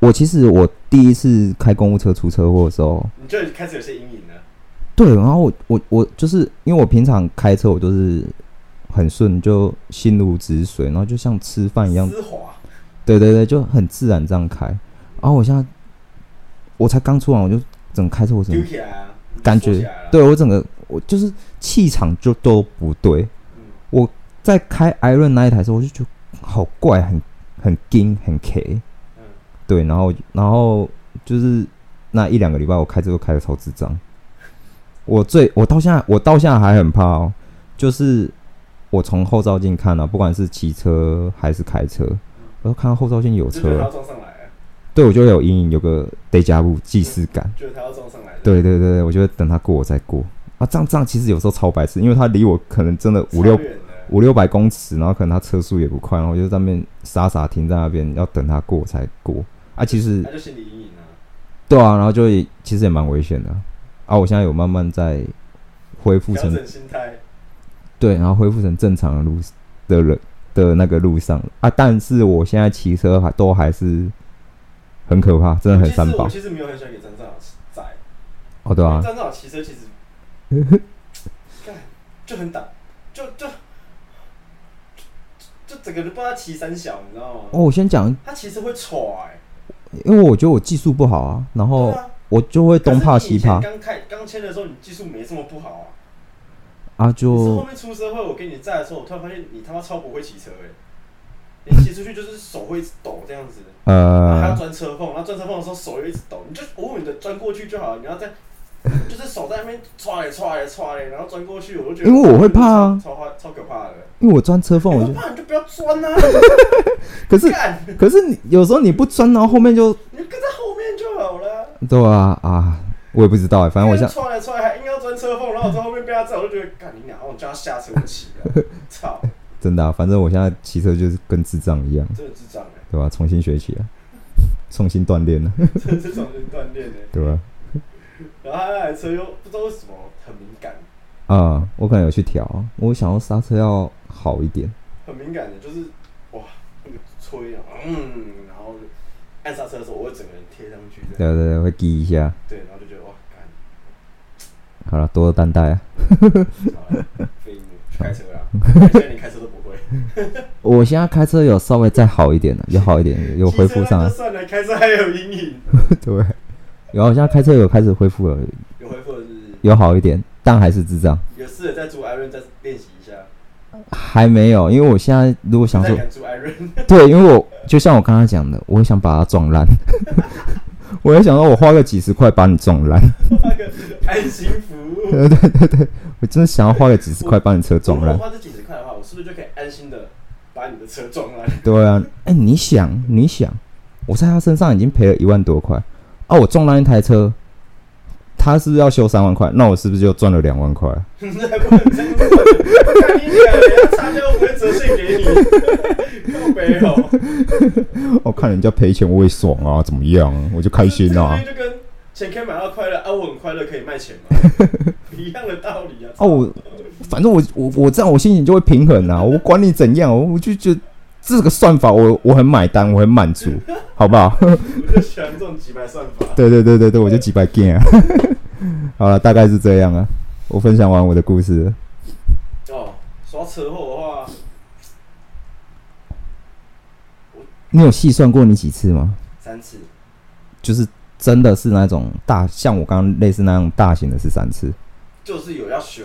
S1: 我其实我第一次开公务车出车祸的时候，
S3: 你就开始有些阴影了。
S1: 对，然后我我我就是因为我平常开车我都是很顺，就心如止水，然后就像吃饭一样
S3: 丝滑，
S1: 对对对，就很自然这样开。然后我现在，我才刚出完，我就整开车我整
S3: 丢起来啊，你
S1: 嗯
S3: 就
S1: 感
S3: 缩起
S1: 觉
S3: 来了，
S1: 对我整个我就是气场就都不对。
S3: 嗯
S1: 我在开艾润那一台的时候，我就觉得好怪，很很惊，很 K。
S3: 嗯，
S1: 对，然后然后就是那一两个礼拜，我开车都开的超智障。我最我到现在我到现在还很怕哦，就是我从后照镜看啊，不管是骑车还是开车，我都看到后照镜有
S3: 就觉得
S1: 车
S3: 他要，撞上来了，
S1: 对我就会有阴影，有个 deja vu 既视感。
S3: 觉得他要撞上来了，
S1: 对对对对，我就会等他过我再过啊。这样这样其实有时候超白痴，因为他离我可能真的五六
S3: 超远的，
S1: 五六百公尺，然后可能他车速也不快，然后我就在那边傻傻停在那边，要等他过才过啊。其实
S3: 他就心理阴影啊。
S1: 对啊，然后就也其实也蛮危险的啊啊。我现在有慢慢在恢复
S3: 调
S1: 成
S3: 整心态，
S1: 对，然后恢复成正常的路的人的那个路上啊。但是我现在骑车还都还是很可怕，真的很
S3: 其实
S1: 三
S3: 我
S1: 宝
S3: 其实没有很喜欢给张正好载，
S1: 哦，对啊
S3: 因为，张正好骑车其实， 干就很挡，就就就就整个人不知道他骑三小，你知道吗？
S1: 哦，我先讲，
S3: 他其实会踹，
S1: 因为我觉得我技术不好啊，然后
S3: 对啊
S1: 我就会东怕
S3: 可是你
S1: 西
S3: 以前
S1: 怕
S3: 刚开刚签的时候，你技术没这么不好啊。
S1: 啊，
S3: 你是
S1: 就
S3: 后面出社会，我给你载的时候，我突然发现你他妈超不会骑车哎、你骑出去就是手会一直抖这样子，然后还要
S1: 呃，
S3: 钻车缝，然后钻车缝的时候手又一直抖，你就稳稳的钻过去就好了，你要在。就是手在那边踹来踹来踹来，然后钻过去，我就觉得嗯
S1: 因为我会怕啊
S3: 超超超可怕的。
S1: 因为我钻车缝，我
S3: 我
S1: 就
S3: 怕你就不要钻 啊，
S1: 可是
S3: 干，
S1: 可是你有时候你不钻，然后后面就
S3: 你跟在后面就好了。
S1: 对啊啊，我也不知道哎、反正我现在
S3: 踹来踹来，还硬要钻车缝，然后我在后面被他载，我就觉得干你娘，我叫他下车我骑 了，操，
S1: 真的、啊，反正我现在骑车就是跟智障一样，
S3: 真的智障哎、
S1: 对吧、重新学起来，重新锻炼了，
S3: 这这种人锻炼的。
S1: 对吧、
S3: 然后他那台车又不知道为什么很敏感，
S1: 啊？我可能有去调，我想要刹车要好一点，
S3: 很敏感的，就是哇那个吹啊，嗯，然后按刹车的时候，我会整个人贴上去这
S1: 对
S3: 样，
S1: 对对，会滴一下。
S3: 对，然后就觉得哇，干，
S1: 好了，多多担待啊！
S3: 好了，飞鹰去开车啦， 现在连开车都不会，
S1: 我现在开车有稍微再好一点了，有好一 点，有恢复上
S3: 骑车那
S1: 来
S3: 就，算了，开车还有阴影，
S1: 对。有啊，我现在开车有开始恢复了，
S3: 有恢复的是
S1: 有好一点，但还是智障，
S3: 有试着再租艾润再练习一下，
S1: 还没有，因为我现在如果想
S3: 不
S1: 说
S3: 太，敢租艾润，
S1: 对，因为我就像我刚刚讲的，我想把它撞烂， 我也想说，我花个几十块把你撞烂，
S3: 那个安心服务，
S1: 我真的想要花个几十块把你车撞
S3: 我
S1: 烂。
S3: 花这几十块的话，我是不是就可以安心的把你的车撞烂？
S1: 对啊，哎、你想，你想，我在他身上已经赔了一万多块，啊，我撞烂一台车，他是不是要修三万块？那我是不是就赚了两万块？
S3: 你还不能这样子，看你俩人家差价又不会折现给你， 靠北哦，
S1: 我、哦看人家赔钱我也爽啊，怎么样？我就开心
S3: 这个
S1: 啊
S3: 东西。就跟钱可以买到快乐啊，我很快乐可以卖钱吗？一样的道理啊。
S1: 哦，我反正我我我这样我心情就会平衡啊，我管你怎样，我我就觉得这个算法我我很买单，我很满足，好不好？
S3: 我就喜欢这种几百算法。
S1: 对对对对对，我就几百 g 啊。 好了，大概是这样啊。我分享完我的故事了，
S3: 哦，说到车祸的话，
S1: 你有细算过你几次吗？
S3: 三次，
S1: 就是真的是那种大，像我刚刚类似那种大型的是三次
S3: 就是有要修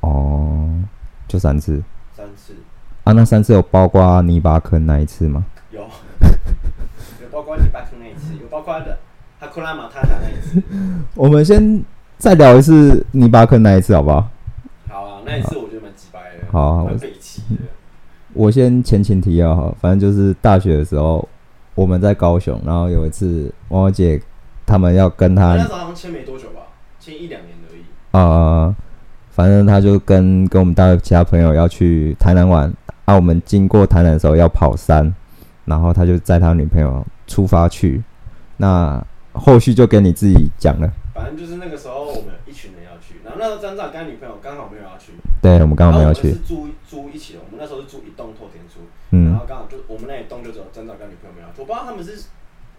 S1: 哦，就三次
S3: 三次，
S1: 啊。那三次有包括泥巴坑那一次吗？
S3: 有，有包括你巴克那一次，有包括的哈库拉马塔塔那一次。
S1: 我们先再聊一次泥巴坑那一次好不好？
S3: 好啊，那一次我觉得蛮鸡掰的，
S1: 好啊，我
S3: 蛮北齐的。
S1: 我先前情提要哈，反正就是大学的时候，我们在高雄，然后有一次汪汪姐他们要跟她
S3: 那时候好像签没多久吧，签一两年而已。
S1: 呃，反正她就跟跟我们大学其他朋友要去台南玩，啊，我们经过台南的时候要跑山，然后他就载他女朋友出发去，那后续就给你自己讲了。
S3: 反正就是那个时候我们一群人要去，然后那时候张长跟他女朋友刚好没有要去，
S1: 对我们刚
S3: 然
S1: 好没
S3: 后我
S1: 有
S3: 们
S1: 去
S3: 是，住住一起的，我们那时候是住一栋透天厝，然
S1: 嗯
S3: 后刚好就我们那一栋就只有张长跟他女朋友没有要去，我不知道他们是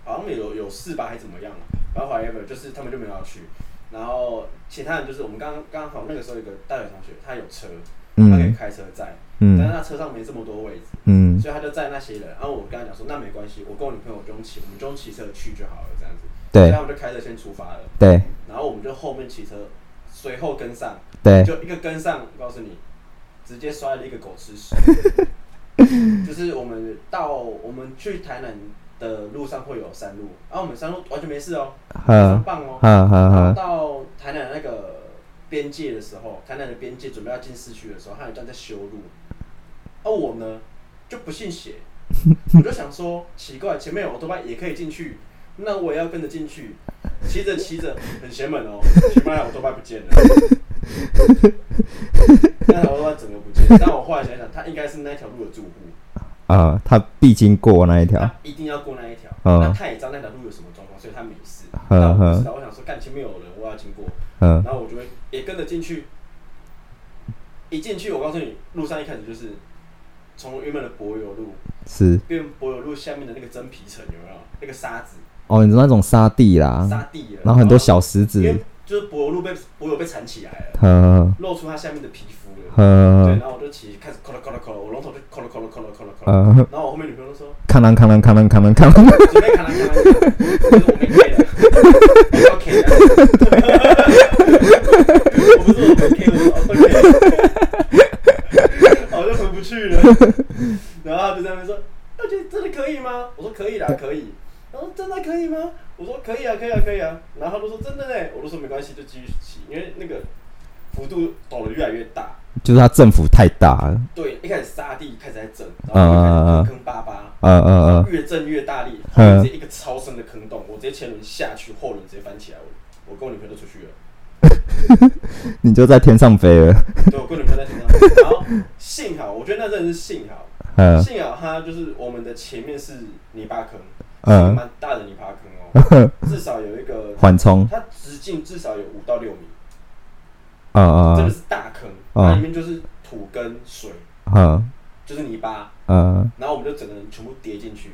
S3: 好像有有事吧还是怎么样、啊，然后 however 就是他们就没有要去，然后其他人就是我们刚刚好那个时候有一个大学同学他有车，他可以
S1: 嗯
S3: 开车载，但是
S1: 嗯
S3: 他车上没这么多位置。
S1: 嗯
S3: 所以他就载那些人，然后我跟他讲说，那没关系，我跟我女朋友不用骑，我们就用骑车去就好了，这样子。所以
S1: 对
S3: 他们就开车先出发了，
S1: 对
S3: 然后我们就后面骑车，随后跟上，
S1: 对，
S3: 就一个跟上，我告诉你，直接摔了一个狗吃屎。 就是我们到我们去台南的路上会有山路，然、后我们山路完全没事哦，很
S1: 呵
S3: 棒哦。
S1: 呵呵
S3: 然后
S1: 呵，
S3: 到台南那个边界的时候，台南的边界准备要进市区的时候，他有一段在修路，而我呢就不信邪，我就想说奇怪，前面有欧多巴也可以进去，那我也要跟着进去，骑着骑着很邪门哦，骑妈欧多巴不见了。那条路整个不见了，但我后来想想，他应该是那条路的住户，
S1: 啊，他必经过那一条，
S3: 他一定要过那一条。
S1: 嗯
S3: 那他也知道那条路有什么状况，所以他没事。
S1: 呵
S3: 那我不知
S1: 呵
S3: 道，我想说，干前面有人，我要经过。
S1: 嗯，
S3: 然后我就会也跟着进去。一进去，我告诉你，路上一开始就是从原本的柏油路
S1: 是。
S3: 变柏油路下面的那个真皮层，有没有？那个沙子、
S1: 哦，你知道那种沙地啦，
S3: 沙地
S1: 嗯
S3: 了，
S1: 然后很多小石
S3: 因
S1: 子
S3: 为，就是柏油路被柏油被缠起来了，
S1: 呵
S3: 露出它下面的皮肤了。对，
S1: 呵
S3: 然后我就骑，开始扣了扣了扣了，我龙头就扣了扣了扣了扣了扣了。
S1: 呃，
S3: 然后我后面女朋友就说
S1: 康啷康啷康啷康啷康啷，：“
S3: 准备砍了砍了，我说我没 K 了，我要 K 了。”我不是我没 K，我说 OK。我就回不去了。然后他就在那边说：“那觉得真的可以吗？”我说：“可以啦，啊可以。”他说：“真的可以吗？”我说：“可以啊，可以啊，可以啊。”然后他就说：“真的嘞。”我就说：“没关系，就继续骑，因为那个幅度抖得越来越大。
S1: 就是它政府太大了，
S3: 对，一开始沙地开始在震，然后
S1: 嗯嗯嗯
S3: 就开始坑坑巴巴，
S1: 呃呃
S3: 越震越大力，后
S1: 嗯
S3: 面直接一个超深的坑洞，我直接前轮下去，后轮直接翻起来，我我跟我女朋友就出去了。
S1: 呃，你就在天上飞了，
S3: 对，我跟女朋友在天上，然后幸好，我觉得那真的是幸好，
S1: 呃
S3: 幸好它就是我们的前面是泥巴坑，是一个
S1: 呃，
S3: 蛮大的泥巴坑哦，至少有一个，
S1: 缓冲，
S3: 它直径至少有五到六米，
S1: 呃
S3: 真
S1: 呃
S3: 的是大坑，
S1: 嗯
S3: 它里面就是土跟水，
S1: 呃
S3: 就是泥巴，
S1: 呃，
S3: 然后我们就整个人全部跌进去，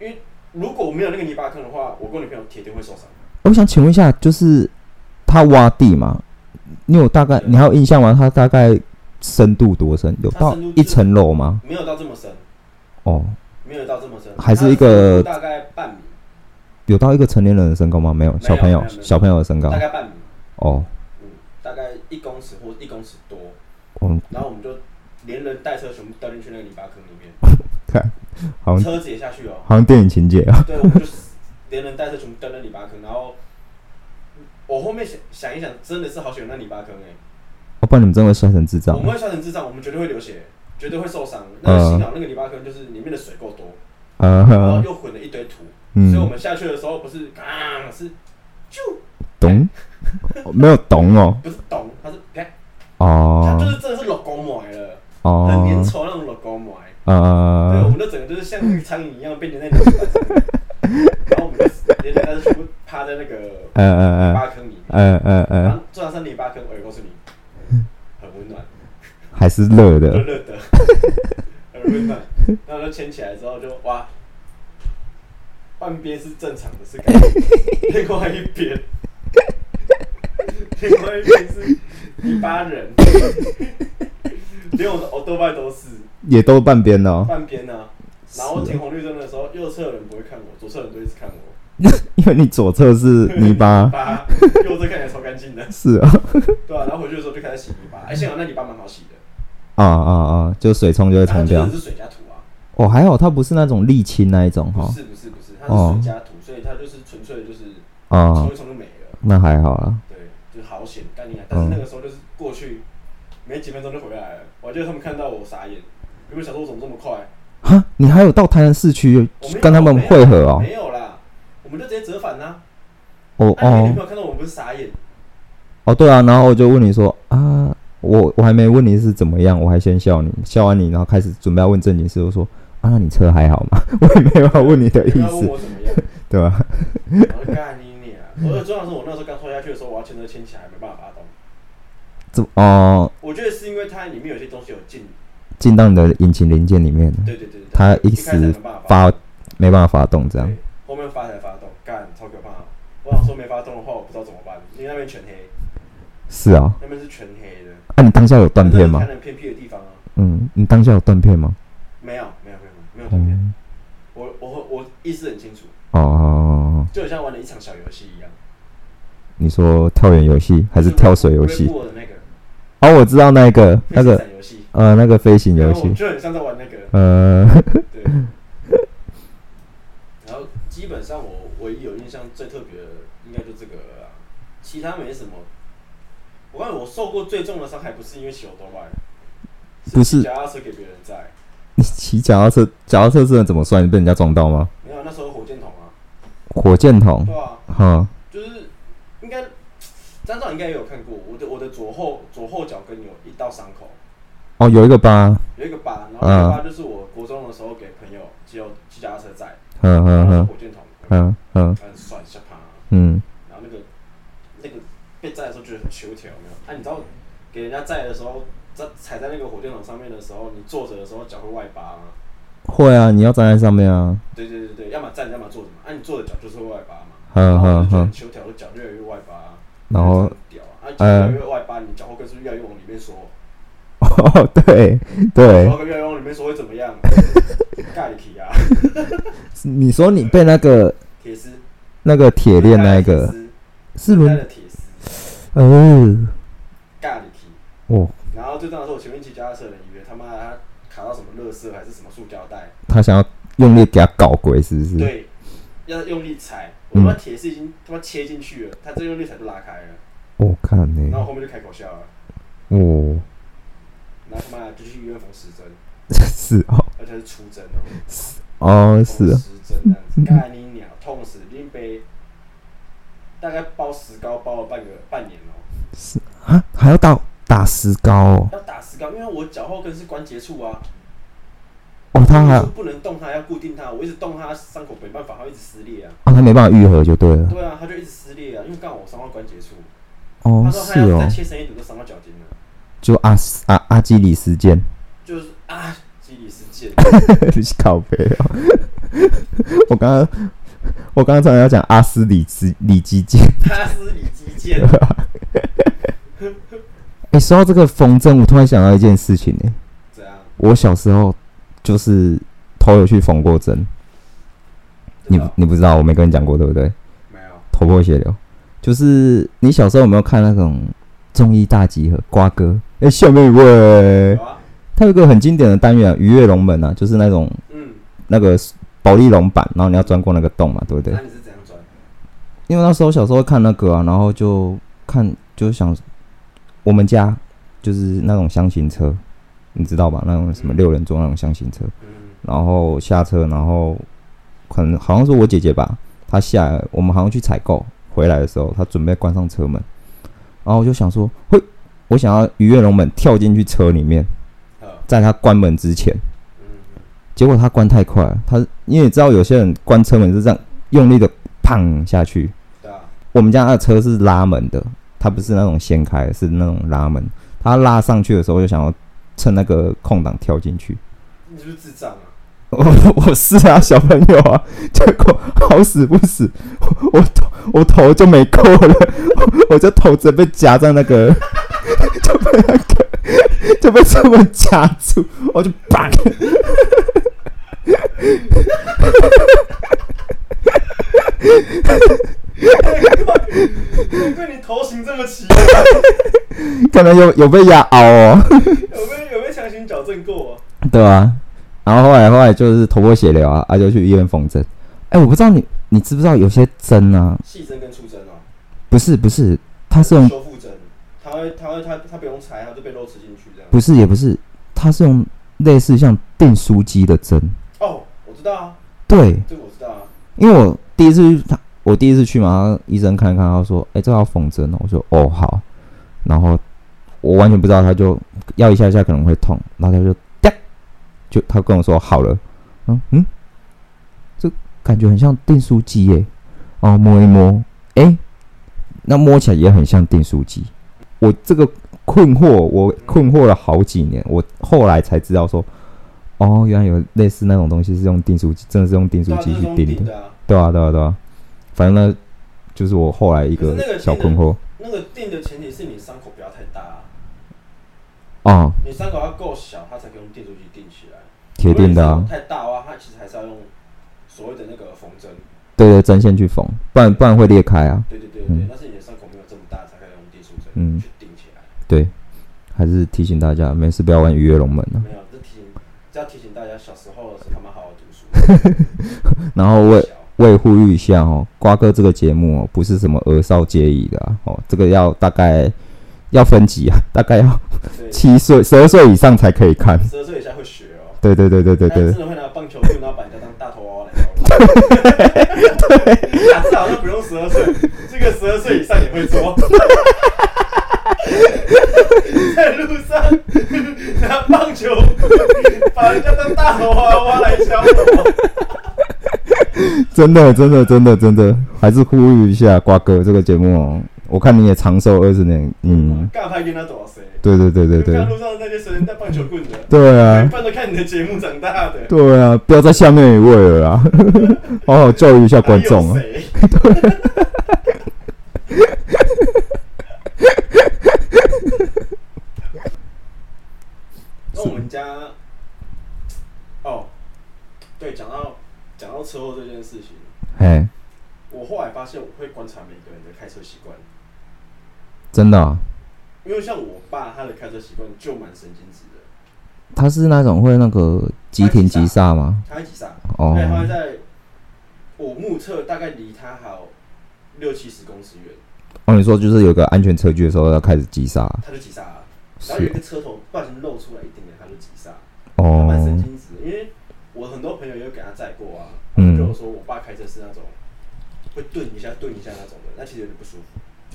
S3: 因为如果我没有那个泥巴坑的话，我跟我女朋友铁定会受伤。
S1: 我想请问一下，就是它挖地嘛，你有大概你还有印象吗？它大概深度多深？有到一层楼吗？
S3: 没有到这么深，
S1: 哦，
S3: 没有到这么深，
S1: 还是
S3: 它
S1: 一个
S3: 深度大概半米，
S1: 有到一个成年人的身高吗？没有，小朋友小朋友的身高
S3: 大，概半米，
S1: 哦，
S3: 嗯，大概一公尺或一公尺多，
S1: 嗯，
S3: 然后我们就连人带车全部掉进去那个泥巴坑 里面，
S1: 好像
S3: 车子也下去哦，
S1: 好像电影情节 啊，
S3: 对，我们就连人带车全部掉进泥巴坑，然后我后面想想一想，真的是好喜欢那泥巴坑哎、
S1: 哦，不然你们真的会摔成智障
S3: 我。们会摔成智障，我们绝对会流血，绝对会受伤。那个幸好那个泥巴坑就是里面的水够多，然后
S1: 呃，
S3: 又混了一堆土，哦所以我
S1: 嗯，
S3: 们下去的时候不是啊是
S1: 懂？哦没有懂哦，
S3: 不是咚，它是啪，它就
S1: 哦
S3: 是真的是老公埋了，很粘
S1: 哦，
S3: 稠那种老公埋。对，我
S1: 呃
S3: 们就整个就是像苍蝇一样被粘在泥 巴上面，然后我们就连人带车全部趴在那个
S1: 呃呃
S3: 挖坑里面，
S1: 呃呃呃，
S3: 然后坐到三零八跟我也告诉你，
S1: 嗯
S3: 很温暖，
S1: 还是热
S3: 热
S1: 的，
S3: 热 的，很温暖。然后就牵起来之后就哇，半边是正常的，是感觉， 另外一边，另外一边是泥巴人，连我的欧豆拜都是
S1: 也都半边了哦。
S3: 半边啊。然后
S1: 是哦
S3: 停红绿灯的时候，右侧的人不会看我，左侧的人都一直看我。
S1: 因为你左侧是泥巴，
S3: 八， 右侧看起来超干净的，
S1: 是啊，
S3: 对啊。然后回去的时候就开始洗泥巴，哎、幸好那泥巴蛮好洗的。
S1: 啊啊啊，就水冲就会
S3: 它
S1: 冲掉
S3: 就。是水加土啊，
S1: 哦，还好它不是那种沥青那一种
S3: 不
S1: 哈。
S3: 是不是不是，它
S1: 哦
S3: 是水加土，所以它就是纯粹就是
S1: 哦
S3: 冲一冲就没了，
S1: 那还好啦。嗯
S3: 对，就是好险干净啊！
S1: 哦
S3: 但是那个时候就是过去没几分钟就回来了，我记得他们看到我傻眼，有没有想说我怎么这么快？
S1: 哈，你还有到台南市区
S3: 我没有
S1: 跟他们会合哦？
S3: 没有啦，我们就直接折返啦。
S1: 哦
S3: 那你女
S1: 哦
S3: 朋友看到我们不是傻眼，
S1: 哦，对啊，然后我就问你说啊，我我还没问你是怎么样，我还先笑你，笑完你，然后开始准备要问正经事，我说啊，那你车还好吗？ 我也没有要问你的意
S3: 你要问
S1: 思，
S3: 我怎么样？
S1: 对吧？
S3: 然后干你你啊！ 我重要是我那时候刚拖下去的时候，我要牵车牵起来，没办法把它动。
S1: 怎么哦，
S3: 我觉得是因为它里面有些东西有进，
S1: 进到你的引擎零件里面了，
S3: 对对对对，
S1: 它
S3: 一
S1: 一
S3: 开始
S1: 时
S3: 没办法发
S1: 发没办法发动，这样
S3: 对，后面发才发动，干超可怕！我想说没发动的话，我不知道怎么办，因为那边全黑，
S1: 是啊、哦。
S3: 那边是全黑的。
S1: 啊，你当下有断片吗
S3: 台？南偏僻的地方啊，
S1: 嗯，你当下有断片吗？
S3: 没有没有没有没有断片，
S1: 嗯，
S3: 我我我意识很清楚，
S1: 哦哦哦，哦
S3: 就好像玩了一场小游戏一样，
S1: 你说跳远游戏还是跳水游
S3: 就是
S1: 戏？
S3: 我的那个
S1: 哦，我知道那个那
S3: 飞
S1: 个
S3: 伞游戏，
S1: 呃，那个飞行游
S3: 然后我
S1: 戏，
S3: 就很像在玩那个，
S1: 呃，
S3: 对。然后基本上我唯一有印象最特别的应该就这个了啦，其他没什么。我告诉你，我受过最重的伤害不是因为骑欧多拜，
S1: 不
S3: 骑
S1: 是
S3: 脚踏车给别人载。
S1: 你骑脚踏车，脚踏车是怎么算？你被人家撞到吗？
S3: 没有，那时候火箭筒啊，
S1: 火箭筒，
S3: 对啊，
S1: 哈，就是
S3: 应该张照应该也有看过，我的我的左后左后脚跟有一道伤口，
S1: 哦，有一个疤，
S3: 有一个疤，然后那个疤就是我国中的时候给朋友骑骑脚踏车载，
S1: 嗯
S3: 然
S1: 嗯
S3: 后是
S1: 嗯
S3: 火箭筒，
S1: 嗯嗯
S3: 很爽下趴，
S1: 嗯，
S3: 然后那个那个被载的时候觉得很球条，有没有？啊，你知道给人家载的时候，在踩在那个火箭筒上面的时候，你坐着的时候脚会外八吗？
S1: 会啊，你要站在上面啊，
S3: 对对对对，要么站着，要么坐着嘛。啊，你坐着脚就是会外八嘛。然
S1: 嗯
S3: 后我
S1: 嗯
S3: 就觉得很
S1: 嗯，
S3: 球条，我脚越来越外八啊。
S1: 然后
S3: 很屌
S1: 哎
S3: 啊，啊脚越来越外八，你脚后跟是不是越来越往里面缩，
S1: 哦， 对
S3: 脚
S1: 对，
S3: 后跟越来越往里面缩会怎么 样？盖体啊，
S1: 你说你被那个
S3: 铁丝，
S1: 那个铁链那一
S3: 铁
S1: 个
S3: 丝，
S1: 是
S3: 带
S1: 轮，
S3: 的啊铁丝，
S1: 呃，
S3: 盖体。
S1: 哦，
S3: 然后最重要的是，我前面骑脚踏车的人以为他妈他卡到什么垃圾还是什么塑胶袋，
S1: 他想要用力给他搞鬼，是不是？
S3: 对，要用力踩，我他妈铁丝已经他妈切进去了，他再用力踩就拉开了，
S1: 我看
S3: 然后
S1: 呢
S3: 我，后面就开口笑了，
S1: 哦，
S3: 然后他妈就去医院缝十针，
S1: 是哦，
S3: 而且是出针哦，
S1: 哦
S3: 缝
S1: 是啊，
S3: 十针这样子，干你鸟，痛死，拎杯，大概包石膏包了半个半年哦，
S1: 是啊，还要打打石膏哦，
S3: 要打石膏，因为我脚后跟是关节处啊，
S1: 哦，他还
S3: 我就是不能动它，要固定它，我一直动它，伤口没办法，它会一直撕裂啊，
S1: 哦，他没办法愈合就对了。
S3: 对啊，它就一直撕裂啊，因为刚好我伤到关节处，
S1: 哦
S3: 他，说
S1: 是
S3: 他要
S1: 哦
S3: 再，切深一点就伤到脚筋了。
S1: 就阿斯阿阿基里斯 腱，
S3: 就是啊，基里斯 腱，
S1: 靠背哦。 我刚刚我刚刚差点要讲阿斯里基里基 腱。
S3: 他是里肌腱，
S1: 哎、说到这个缝针，我突然想到一件事情哎、
S3: 怎样？
S1: 我小时候就是头有去缝过针，你
S3: 真的哦
S1: 你不知道，我没跟你讲过对不对？
S3: 没有？
S1: 头破血流，就是你小时候有没有看那种综艺大集合瓜哥？哎、下面一位
S3: 有，啊，
S1: 他有一个很经典的单元、啊《鱼跃龙门》啊，就是那种
S3: 嗯，
S1: 那个保利龙板，然后你要钻过那个洞嘛，对不对
S3: 那？你是怎样转？
S1: 因为那时候小时候看那个啊，然后就看就想，我们家就是那种箱型车，你知道吧？那种什么
S3: 嗯
S1: 六人座那种箱型车，
S3: 嗯，
S1: 然后下车，然后可能好像是我姐姐吧，她下来，我们好像去采购，回来的时候她准备关上车门，然后我就想说，嘿，我想要鱼跃龙门跳进去车里面，
S3: 好，
S1: 在她关门之前。
S3: 嗯，
S1: 结果他关太快了，他因为你知道有些人关车门是这样用力的砰下去，
S3: 对啊，
S1: 我们家的车是拉门的，它不是那种掀开的，是那种拉门。它拉上去的时候，我就想要趁那个空档跳进去。
S3: 你是不是智障啊？
S1: 我我是啊，小朋友啊，结果好死不死，我我头我头就没够了， 我就头直接被夹在那个， 就被那个就被车门夹住，我就砰，
S3: 难怪你头型这么奇，
S1: 可能有有被压凹哦，
S3: 有没有有没有强行矫正过、啊？
S1: 对啊，然后后来后来就是头破血流啊，啊就去医院缝针。哎、我不知道你你知不知道有些针啊，
S3: 细针跟粗针哦，
S1: 不是不是，它是用
S3: 修复针，它会它会它它不用拆，它就被肉吃进去这样。
S1: 不是也不是，它是用类似像订书机的针，
S3: 哦，我知道啊，
S1: 对。
S3: 这个我知道啊。
S1: 因为我第一次去他，我第一次去嘛，然后医生看一看，他说：“哎、这要缝针哦。”我说：“哦，好。”然后我完全不知道，他就要一下一下可能会痛，然后他就哒，就他跟我说好了。嗯嗯，这感觉很像订书机耶。哦，摸一摸，哎、那摸起来也很像订书机。我这个困惑，我困惑了好几年，我后来才知道说，哦，原来有类似那种东西是用订书机，真的是用订书
S3: 对啊，
S1: 机
S3: 这
S1: 去
S3: 是用
S1: 订的
S3: 顶。的啊，
S1: 对啊，对啊，对啊，反正呢，就是我后来一
S3: 可是那
S1: 个
S3: 个
S1: 小困惑
S3: 那个定的前提是你伤口不要太大、啊，
S1: 哦，
S3: 你伤口要够小，它才可以用电阻机定起来。
S1: 铁定的
S3: 如果
S1: 啊
S3: 你伤口，太大的话，它其实还是要用所谓的那个缝针。
S1: 对对，针线去缝，不然不然会裂开啊，
S3: 对对对对，
S1: 嗯
S3: 但是你的伤口没有这么大，才可以用电阻针、
S1: 嗯
S3: 去定起来。
S1: 对，还是提醒大家，没事不要玩鱼跃龙门啊。
S3: 没有，这提醒，这要提醒大家，小时候的时候他们好好读书。
S1: 然后我也
S3: 小
S1: 我也呼吁一下哦，瓜哥这个节目哦，不是什么儿少皆宜的啊，哦，这个要大概要分级啊， 大概要
S3: 对，
S1: 七岁、十二岁以上才可以看。
S3: 十二岁以下会学哦。
S1: 对对对对对
S3: 他
S1: 对
S3: 真，的会拿棒球棍，然后把人家当大头娃娃来操弄。 打字好像不用十二岁，这个十二岁以上也会 做。在路上拿棒球棍把人家当大头娃娃来敲我，
S1: 真的真的真的真的，还是呼吁一下瓜哥这个节目哦，我看你也长寿二十年，嗯，
S3: 干拍给他多少岁？
S1: 对对对对对。
S3: 看路上那些随人带棒球棍的，
S1: 对
S3: 一
S1: 啊，
S3: 半都看你的节目长大的。
S1: 对啊，不要在下面一位了啦， 好好教育一下观众
S3: 还
S1: 啊
S3: 有。 谁？那我们家，哦，对，讲到讲到车祸这件事情，
S1: 嘿，
S3: 我后来发现我会观察每个人的开车习惯，
S1: 真的、啊，
S3: 因为像我爸他的开车习惯就蛮神经质的，
S1: 他是那种会那个急停急刹吗？
S3: 他会急刹，
S1: 哦
S3: 对，他会在我目测大概离他还有六七十公尺远，
S1: 哦，你说就是有个安全车距的时候要开始急刹，
S3: 他就急刹了。然后有一
S1: 是
S3: 个车头不小心露出来一点点，他就急刹，他蛮神
S1: 哦，
S3: 经质的。因为我很多朋友也有给他载过啊，
S1: 嗯
S3: 就有说我爸开车是那种会顿一下顿一下那种的，那其实有点不舒服。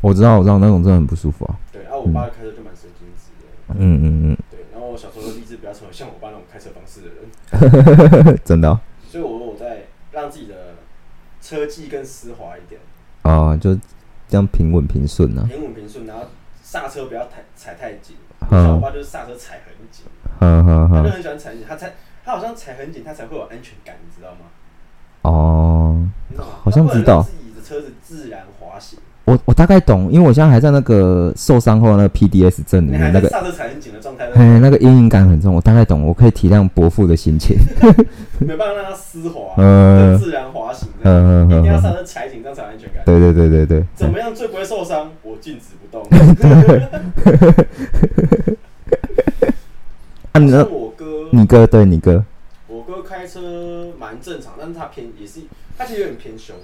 S1: 我知道我知道那种真的很不舒服啊。
S3: 对，然、后我爸开车就蛮神经质的。
S1: 嗯嗯
S3: 对，然后我小时候就立志不要成为像我爸那种开车方式的人，
S1: 嗯， 真的啊、
S3: 所以我我在让自己的车技更丝滑一点，
S1: 啊就这样平稳平顺啊。
S3: 平稳平顺，然后刹车不要太踩太紧。
S1: 嗯
S3: 像我爸就是刹车踩很紧，
S1: 哈哈
S3: 他就
S1: 哈，
S3: 很喜欢踩很紧，他踩他好像踩很紧，他才会有安全感，你知道吗？
S1: 哦，
S3: 你知道吗
S1: 好像
S3: 它不能
S1: 知道
S3: 让自己的车子自然滑行，
S1: 我我大概懂，因为我现在还在那个受伤后的那个 PDS 症里
S3: 你
S1: 面
S3: 还
S1: 嗯那个
S3: 在
S1: 嗯
S3: 刹车踩很紧的状态，
S1: 嘿，那个阴影感很重，我大概懂，我可以体谅伯父的心情。
S3: 没办法让它丝滑，
S1: 嗯
S3: 更自然滑行这样，
S1: 嗯嗯
S3: 一定要
S1: 嗯
S3: 刹
S1: 嗯，
S3: 车踩紧，这样才有安全感。
S1: 对对对对对，
S3: 怎么样最不会受伤？我静止不 动。
S1: 啊，你
S3: 像
S1: 呢？
S3: 我哥，
S1: 你哥对你哥，
S3: 我哥开车蛮正常，但是他偏也是，他其实有点偏凶。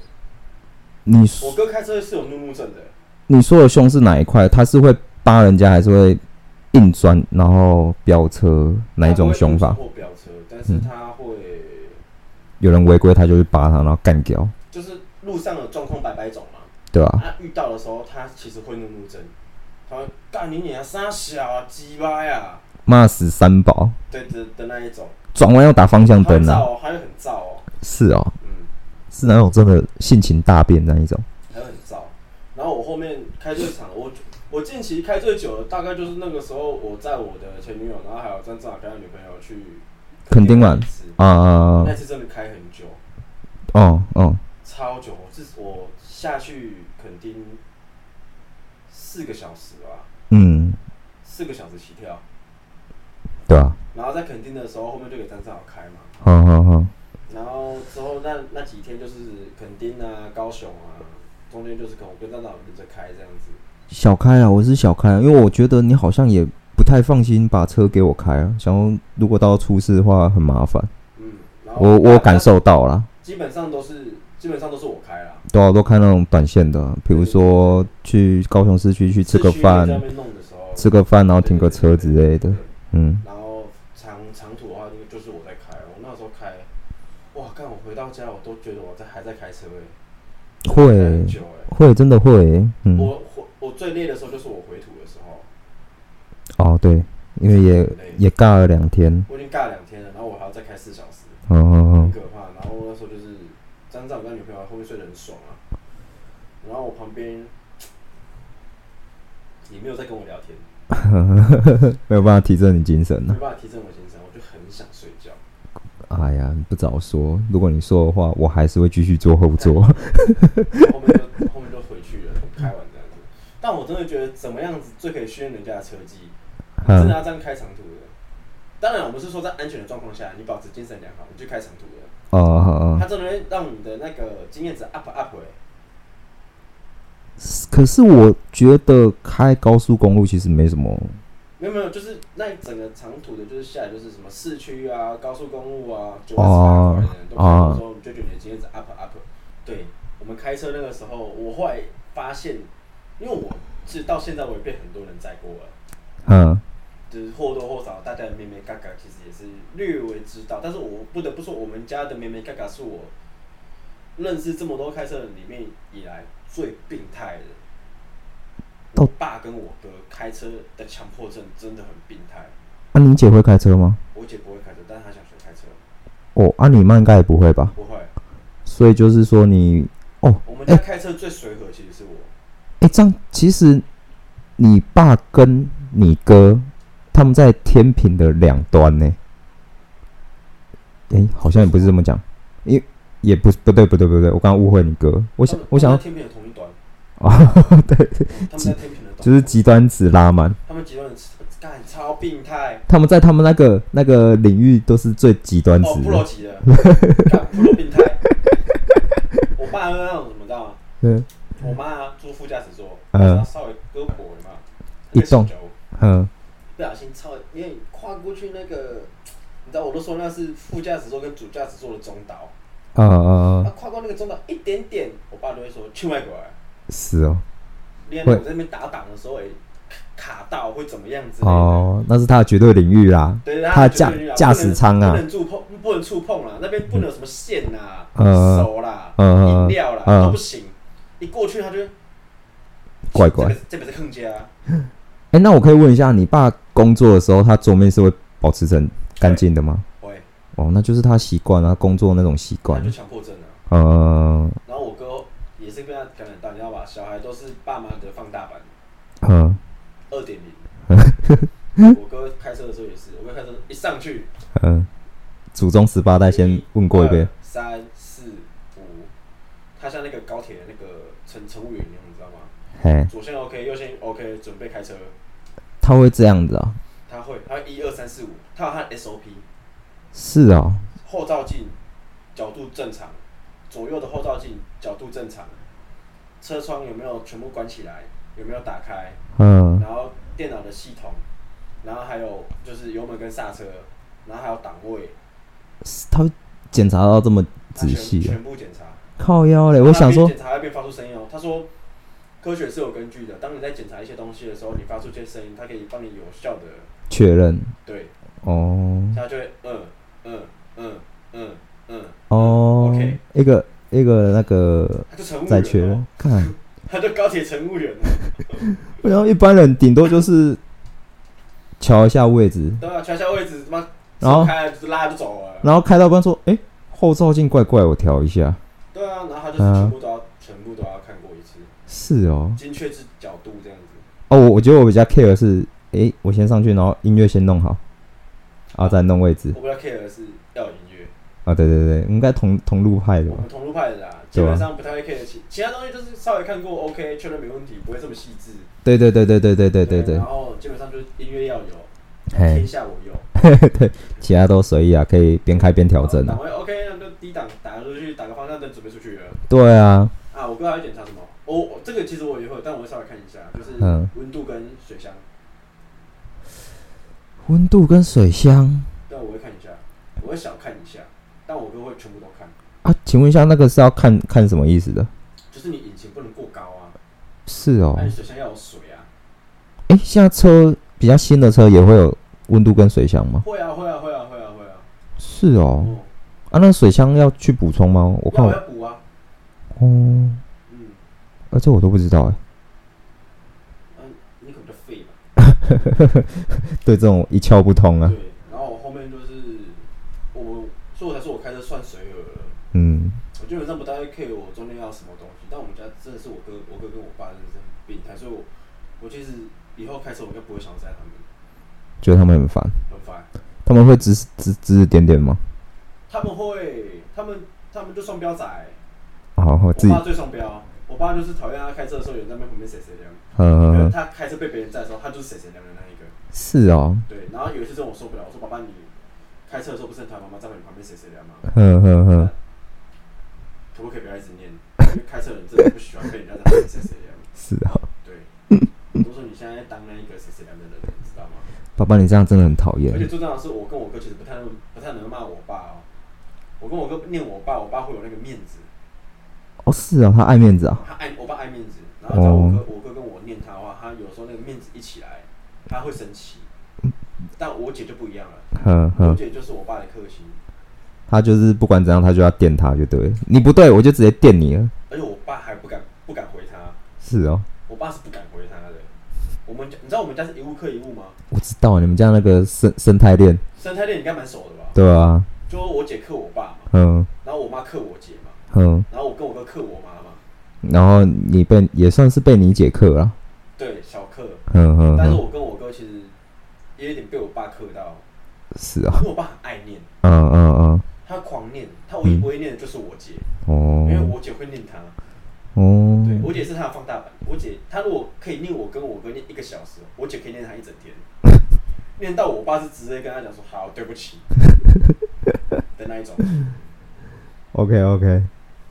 S1: 你
S3: 我哥开车是有怒怒症的，
S1: 你说的凶是哪一块？他是会扒人家，还是会硬钻，然后飙车哪一种凶
S3: 他
S1: 法
S3: 不？会或飙车，但是他会
S1: 有人违规，他就去扒他，然后干掉，
S3: 就是路上的状况百百种嘛，
S1: 对吧、
S3: 他遇到的时候，他其实会怒怒症，他会干你娘傻小啊，鸡巴呀，
S1: 骂死三宝，
S3: 对的的那一种，
S1: 转弯要打方向
S3: 他会
S1: 灯啊！
S3: 燥哦，他会很燥哦，
S1: 是哦，
S3: 嗯，
S1: 是那种真的性情大变那一种。
S3: 他会很燥。日常，我我近期开最久的大概就是那个时候，我载我的前女友，然后还有张正雅跟他女朋友去
S1: 垦丁玩
S3: 那次
S1: 啊啊
S3: 那次真的开很久，
S1: 哦哦，
S3: 超久，我至我下去垦丁四个小时吧，
S1: 嗯，
S3: 四个小时起跳，
S1: 对啊，
S3: 然后在垦丁的时候，后面就给张正雅开嘛，
S1: 好好好，
S3: 然后之后那那几天就是垦丁啊、高雄啊，中间就是跟我跟张正雅轮着开这样子。
S1: 小开啊，我是小开啊，因为我觉得你好像也不太放心把车给我开啊，想要如果到出事的话很麻烦，
S3: 嗯，然后
S1: 我我有感
S3: 那
S1: 受到啦。
S3: 基本上都是基本上都是我开啦。
S1: 对啊，我都看那种短线的啊，比如说去高雄市区去吃个
S3: 市区
S1: 饭
S3: 在，那边弄的时候，
S1: 吃个饭然后停个车之类的
S3: 对。
S1: 嗯，
S3: 然后长长途的话，那个就是我在开。我那时候开，哇，干！我回到家，我都觉得我在还在开车哎、
S1: 会
S3: 开很久哎、
S1: 会真的会，嗯，
S3: 我我我最累的时候就是我回土的时候，
S1: 哦对，因为也
S3: 累
S1: 也尬了两天，
S3: 我已经尬两天了，然后我还要再开四小时，
S1: 哦
S3: 很
S1: 哦
S3: 可怕。然后那时候就是张照跟女朋友后面睡得很爽啊，然后我旁边也没有在跟我聊天。
S1: 哦，没有办法提振你精神
S3: 没
S1: 呢、
S3: 办法提振我精神，我就很想睡觉。
S1: 哎呀，你不早说，如果你说的话，我还是会继续做后座。
S3: 后面就 后面就回去了，开完这样子。但我真的觉得怎么样子最可以训练人家的车技，真的啊
S1: 嗯，
S3: 要这样开长途的。当然，我们是说在安全的状况下，你保持精神良好，你去开长途的，
S1: 哦哦
S3: 它
S1: 哦，
S3: 真的会让你的那个经验值 up up 哎、
S1: 可是我觉得开高速公路其实没什么，
S3: 没有没有，就是那一整个长途的，就是下来就是什么市区啊、高速公路啊，九十八
S1: 哦
S3: 块的啊都开的时候，你就觉得你啊的经验值 up up。对我们开车那个时候，我后来发现，因为我是到现在我也被很多人载过了，
S1: 嗯
S3: 就是或多或少大家的咩咩嘎嘎其实也是略微知道，但是我不得不说，我们家的咩咩嘎嘎是我认识这么多开车人里面以来最病态的。我爸跟我哥开车的强迫症真的很病态。
S1: 啊，你姐会开车吗？
S3: 我姐不会开车，但是她想学开车。
S1: 哦，啊，你妈应该也不会吧？
S3: 不会，
S1: 所以就是说你，哦，
S3: 我们
S1: 哎、
S3: 家开车最随和其实是我。
S1: 哎、这样其实你爸跟你哥他们在天平的两端呢。哎、好像也不是这么讲，也也不不对不对不对，我刚刚误会你哥。我想
S3: 他们
S1: 我想要
S3: 他们在天平的同一端，
S1: 啊， 对，
S3: 他们在天平的同一端
S1: 就是极端值拉满，
S3: 他们极端很干超病态
S1: 他们在他们那个那个领域都是最极端
S3: 哦，
S1: 值
S3: 不
S1: 的
S3: 罗。级 的，干不罗病态。我爸那种怎么知道吗？
S1: 嗯
S3: 我妈啊坐副驾驶座，
S1: 嗯
S3: 然后稍微胳膊有没有？
S1: 一动
S3: 她在手肘
S1: 嗯，
S3: 不小心超，因为跨过去那个，你知道我都说那是副驾驶座跟主驾驶座的中岛，
S1: 啊啊
S3: 他
S1: 啊，
S3: 跨过那个中岛一点点，我爸就会说去外国来。
S1: 是哦，
S3: 练
S1: 会
S3: 我在那边打档的时候，哎，卡到会怎么样之类的。
S1: 哦，那是他的绝对领域啦。
S3: 对，
S1: 他啊
S3: 他
S1: 的驾驾驶舱啊
S3: 不能触碰，不能触碰啦，那边不能有什么线啦、
S1: 嗯
S3: 手啦、
S1: 嗯
S3: 饮料啦
S1: 嗯
S3: 都不行。一过去他就
S1: 乖乖
S3: 这边这边是坑家啊，
S1: 哎、那我可以问一下，你爸工作的时候，他桌面是会保持成干净的吗？
S3: 喂，
S1: 哦，那就是他习惯啊，工作那种习
S3: 他
S1: 惯
S3: 就。强迫症了。
S1: 嗯
S3: 然后我哥也是被他感染到，你知道吧？小孩都是爸妈的放大版
S1: 嗯
S3: 二点 零。我哥开车的时候也是，我哥开车一上去，
S1: 嗯，祖宗十八代先问过一遍
S3: 二。呃三四五，他像那个高铁的那个乘乘务员一样，你知道吗？
S1: 嘿，
S3: 左线 OK，右线 OK，准备开车。
S1: 他会这样子啊？
S3: 他会，他会一二三四五，他有他的 SOP，
S1: 是啊、哦，
S3: 后照镜角度正常，左右的后照镜角度正常，车窗有没有全部关起来，有没有打开，
S1: 嗯
S3: 然后电脑的系统，然后还有就是油门跟刹车，然后还有档位，
S1: 是他会检查到这么
S3: 他
S1: 仔
S3: 全
S1: 细、啊，
S3: 全部检查。
S1: 靠腰嘞！
S3: 然后
S1: 我
S3: 他
S1: 想
S3: 边
S1: 说，
S3: 检查还边发出声音哦。他说，科学是有根据的，当你在检查一些东西的时候，你发出一些声音，它可以帮你有效的
S1: 确认
S3: 对，
S1: 哦
S3: 他就会嗯嗯嗯嗯嗯，
S1: 哦
S3: OK
S1: 一个一个那个
S3: 他就乘务
S1: 再
S3: 员
S1: 确
S3: 哦
S1: 认，看，
S3: 他就高铁乘务员了，
S1: 然后一般人顶多就是瞧一下位置，
S3: 对吧、啊？调一下位置，他妈
S1: 然后
S3: 手开了就拉就走了，
S1: 然后开到一半说，哎、后照镜怪怪，我调一下。
S3: 对啊，然后他就是全部都要、全部都要看过一次，
S1: 是哦，
S3: 精确之角度这样子。
S1: 哦，我我觉得我比较 care 的是，诶、我先上去，然后音乐先弄好，啊，再弄位置。
S3: 我比较 care 的是要有音乐，
S1: 啊，对对对，应该同同路派的
S3: 我
S1: 吧
S3: 们？同路派的啦，基
S1: 对啊
S3: 本上不太会 care 其其他东西，就是稍微看过 OK 确认没问题，不会这么细致。
S1: 对对对对对对对对对
S3: 然，后基本上就是音乐要有，然后
S1: 嘿
S3: 天，下我有，
S1: 其他都随意啊，可以边开边调整
S3: 然
S1: 啊。
S3: 后档位 OK，那就低档打出去，打个方向灯准备出去了。
S1: 对啊，
S3: 啊，我不知道要检查什么。我、我这个其实我也会，但我会稍微看一下，就是
S1: 嗯
S3: 温度跟水箱，
S1: 温度跟水箱
S3: 但我会看一下，我会小看一下，但我不会全部都看。
S1: 啊，请问一下，那个是要看看什么意思的？
S3: 就是你引擎不能过高啊，
S1: 是哦
S3: 那、，你水箱哎要有水啊。
S1: 诶、哎现在车比较新的车也会有温度跟水箱吗？
S3: 会啊，会啊，会啊，会啊，会啊。
S1: 是哦，
S3: 哦，
S1: 啊，那水箱要去补充吗？我看
S3: 要
S1: 我
S3: 要补啊。
S1: 哦，
S3: 嗯，
S1: 啊，这我都不知道哎、
S3: 你可能就废吧。
S1: 对这种一窍不通啊。
S3: 对，然后我后面就是我，所以我才说我开车算随和了。
S1: 嗯，
S3: 我基本上不太会 care 我中间要什么东西，但我们家真的是我哥，我哥跟我爸真的是很变态，所以我我其实以后开车我应该不会想载他们，
S1: 觉得他们很烦，
S3: 很烦。
S1: 他们会指指指指点点吗？
S3: 他们会，他们他们就双标仔，
S1: 好，我哦自
S3: 我
S1: 己
S3: 爸，最双标，我爸就是讨厌他开车的时候有人在那边旁边谁谁凉，可能
S1: 呃，
S3: 他开车被别人载的时候，他就是谁谁凉的那一个。
S1: 是哦，
S3: 对，然后有一次真的我受不了，我说爸爸你开车的时候不是很讨厌妈妈在你旁边谁谁凉吗？
S1: 哼哼哼，
S3: 可不可以不要一直念？因为开车的人真的不喜欢被人家在旁边谁谁凉。
S1: 是哦，
S3: 对，都说你现在当那一个谁谁凉的人，你知道吗？
S1: 爸爸，你这样真的很讨
S3: 而且
S1: 厌。
S3: 最重要的是，我跟我哥其实不太能不太能骂我爸哦。我跟我哥念我爸，我爸会有那个面子，
S1: 哦，是哦，他爱面子啊。
S3: 他爱我爸爱面子。然后只要我哥、我哥跟我念他的话，他有时候那个面子一起来，他会生气。但我姐就不一样了，
S1: 哼
S3: 我
S1: 哼，
S3: 姐就是我爸的克星，
S1: 他就是不管怎样，他就要电他，就对了。你不对，我就直接电你了。
S3: 而且我爸还不敢不敢回他，
S1: 是哦，
S3: 我爸是不敢回他的。我们家你知道我们家是一物克一物吗？
S1: 我知道你们家那个生生态链，
S3: 生态链你应该蛮熟的吧？
S1: 对啊，
S3: 就我姐克我爸嘛，
S1: 嗯
S3: 然后我妈克我姐嘛，
S1: 哼，
S3: 然后我跟我哥克我妈嘛，
S1: 然后你被也算是被你解克了，
S3: 对，小克。
S1: 哼嗯哼
S3: 但是
S1: 哼，
S3: 我跟我哥其实也有点被我爸克到，
S1: 是啊，
S3: 因为我爸很爱念，
S1: 嗯嗯
S3: 他狂念，他唯一不会念的就是我姐，
S1: 嗯，
S3: 因为
S1: 哦
S3: 我姐会念他。对
S1: 哦，
S3: 我姐是他的放大版，我姐她如果可以念我跟我哥念一个小时，我姐可以念他一整天，念到我爸是直接跟他讲说好对不起的那一种，
S1: OK OK，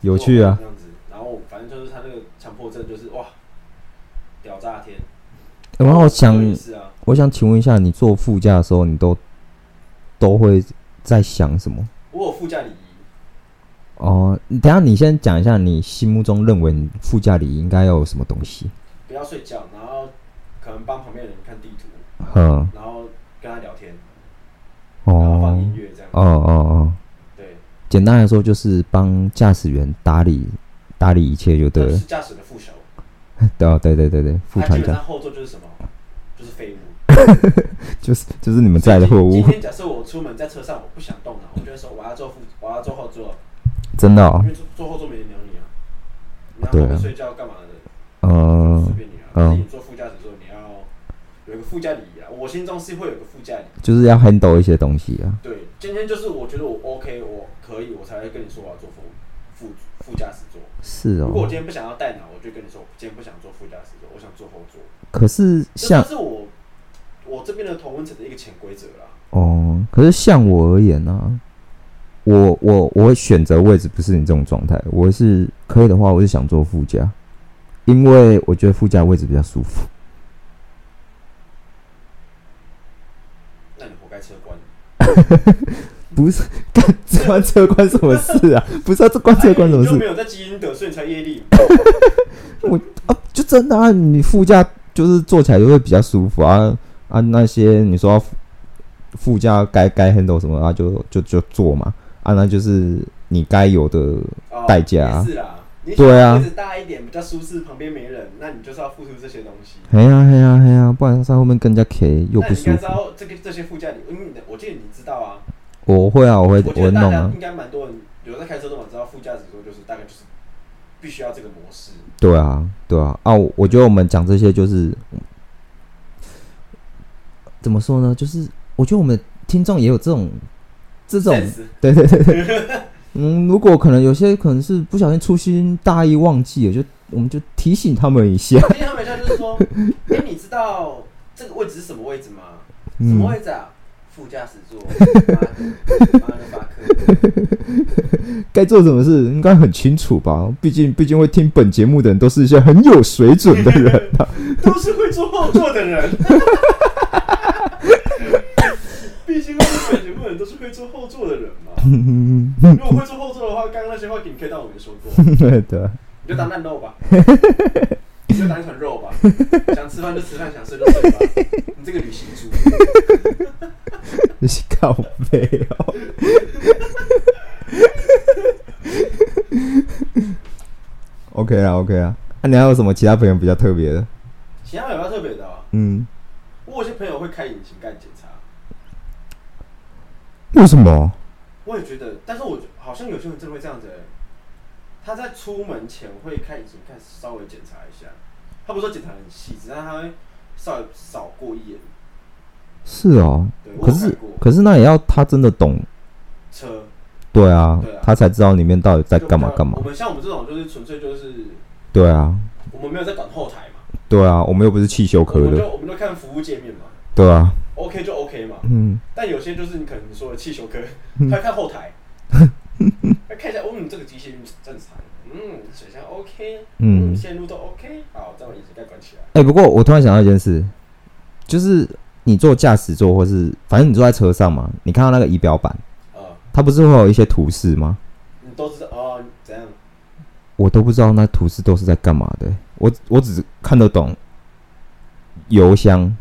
S1: 有趣啊
S3: 这，样子。然后反正就是他那个强迫症就是哇，屌炸天。
S1: 然后我想
S3: 我哥也是啊，
S1: 我想请问一下，你坐副驾的时候，你都都会在想什么？
S3: 我有副驾礼仪，
S1: 哦，等一下你先讲一下，你心目中认为你副驾里应该要有什么东西？
S3: 不要睡觉，然后可能帮旁边的人看地图，
S1: 哼，
S3: 然后跟他聊天，然后
S1: 嗯哦
S3: 放音，乐这样。
S1: 哦哦哦，
S3: 对，
S1: 简单来说就是帮驾驶员打理打理一切就对
S3: 他就
S1: 了
S3: 是。驾驶的副手，
S1: 对啊，对对对对，副
S3: 他
S1: 船
S3: 基本
S1: 长
S3: 上后座就是什么，就是废物。
S1: 就是就是你们载的货
S3: 今
S1: 物
S3: 今，天假设我出门在车上，我不想动脑，我就会说我要坐副，我要坐后座，
S1: 真的哦
S3: 因，为坐坐后座没人鸟你啊，你要
S1: 对啊
S3: 后面睡觉干嘛的，
S1: 嗯
S3: 随，便你啊。
S1: 嗯
S3: 但是你坐副驾驶座，你要有一个副驾礼仪啊。我心中是会有个副驾礼仪。
S1: 就是要 handle 一些东西啊。
S3: 对，今天就是我觉得我 OK，我可以，我才会跟你说我要坐副副副驾驶座。
S1: 是
S3: 如果
S1: 哦
S3: 我今，天不想要带脑，我就跟你说，我今天不想坐副驾驶座，我想坐后座。
S1: 可是
S3: 这
S1: 像
S3: 就是我我这边的同温层的一个潜规则啦。
S1: 哦，可是像我而言呢、我我我会选择位置不是你这种状态，我是可以的话，我是想坐副驾，因为我觉得副驾位置比较舒服。
S3: 那你活该车关。
S1: 不是，干这关车关什么事啊？不是啊，这关车关什么
S3: 哎你就
S1: 事
S3: 没？有在基因的，所以你才业力。
S1: 啊，就真的啊，你副驾就是坐起来就会比较舒服啊啊，那些你说要副副驾该该 handle 什么啊，就就就坐嘛啊，那就是你该有的
S3: 哦
S1: 代驾啊
S3: 也是啦。你
S1: 对啊
S3: 想位置大一点比较舒适，旁边没人，那你就是要付出这些东西。
S1: 嘿呀嘿呀嘿呀，不然在后面跟人家 K 又
S3: 那
S1: 不
S3: 你应
S1: 舒
S3: 该知
S1: 服。
S3: 道这个这些副驾里，因为你的我记得你知道啊。
S1: 我会啊，我会
S3: 我觉
S1: 我会
S3: 得大
S1: 弄
S3: 家
S1: 啊。
S3: 应该蛮多人有在开车都蛮知道副驾驶座就是大概就是必须要这个模式。
S1: 对啊，对啊，啊，我我觉得我们讲这些就是怎么说呢？就是我觉得我们听众也有这种这种
S3: sense
S1: 对对对对，嗯，如果可能有些可能是不小心粗心大意忘记了，就我们就提醒他们一下。
S3: 我听他们一下就是说，哎、你知道这个位置是什么位置吗？什么
S1: 嗯，
S3: 位置啊？副驾驶座，妈的妈的巴克，
S1: 该做什么事应该很清楚吧？毕竟毕竟会听本节目的人都是一些很有水准的人啊、
S3: 都是会坐后座的人。毕竟我们本节目人都是会坐后座的人嘛。如果会坐后座的话，刚刚那些话你可以当我没说过，
S1: 对的，
S3: 你就当烂肉吧，你就当一团肉吧，想吃饭就吃饭，想睡就睡吧。你这个旅行猪，
S1: 你是靠背哦。OK 啊，OK 啊，那、你还有什么其他朋友比较特别的？
S3: 其他有没有特别的、啊？
S1: 嗯，
S3: 我有些朋友会开引擎盖检查，
S1: 为什么？
S3: 我也觉得，但是我好像有些人真的会这样子、欸，他在出门前会看引擎盖稍微检查一下，他不是说检查很细致，但他会稍微扫过一眼。
S1: 是哦，
S3: 对，我
S1: 可
S3: 有看
S1: 是
S3: 过
S1: 可是那也要他真的懂
S3: 车
S1: 对啊，
S3: 对啊啊
S1: 他才知道里面到底在
S3: 就
S1: 干嘛
S3: 比较
S1: 干嘛
S3: 我。们像我们这种就是纯粹就是
S1: 对啊，
S3: 我们没有在管后台嘛，
S1: 对啊，我们又不是汽修
S3: 我
S1: 科
S3: 们
S1: 的，
S3: 就我们就看服务界面嘛
S1: 对啊，
S3: ，OK 就 OK 嘛。
S1: 嗯，
S3: 但有些就是你可能说的汽修科，他看后 台，他看一下，哦，你这个机器正常，嗯，水箱 OK，嗯，
S1: 嗯
S3: 线路都 OK，好，再把引擎盖关起来。
S1: 哎、不过我突然想到一件事，就是你坐驾驶座，或是反正你坐在车上嘛，你看到那个仪表板，
S3: 啊，
S1: 它不是会有一些图示吗？
S3: 你都知道哦，怎样？
S1: 我都不知道那图示都是在干嘛的、我我只看得懂油箱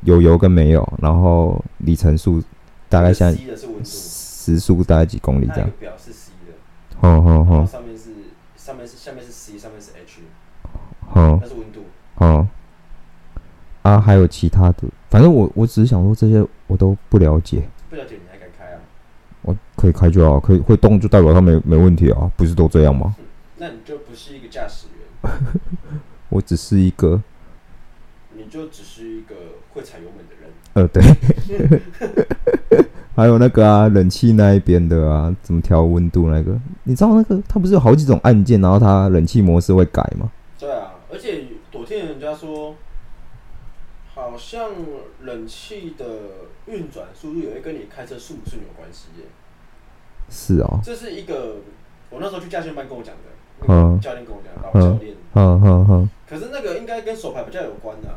S1: 有油跟没有，然后里程数大概像
S3: C 的是哎温度，
S1: 时速大概几公里
S3: 那
S1: 这
S3: 个
S1: 样，哦
S3: 表是 C 的，
S1: 吼吼
S3: 然后
S1: 吼
S3: 上面是上面是下面是 C，上面是 H，
S1: 吼。
S3: 那是温度。
S1: 哦，啊，还有其他的，反正我我只是想说这些我都不了解，
S3: 不了解你还敢开啊？
S1: 我可以开就好，可以会动就代表它没没问题啊，不是都这样吗？
S3: 那你就不是一个驾驶员，
S1: 我只是一个
S3: 你就只是一个会踩油门的人。
S1: 呃，对， 还有那个啊，冷气那一边的啊，怎么调温度那个，你知道那个它不是有好几种按键，然后它冷气模式会改吗？
S3: 对啊，而且昨天人家说，好像冷气的运转速度也会跟你开车顺不顺有关系耶。
S1: 是哦，
S3: 这是一个我那时候去驾训班跟我讲的，那个
S1: 嗯
S3: 教练跟我讲，老教练。
S1: 哼哼哼，
S3: 可是那个应该跟手牌比较有关的啊、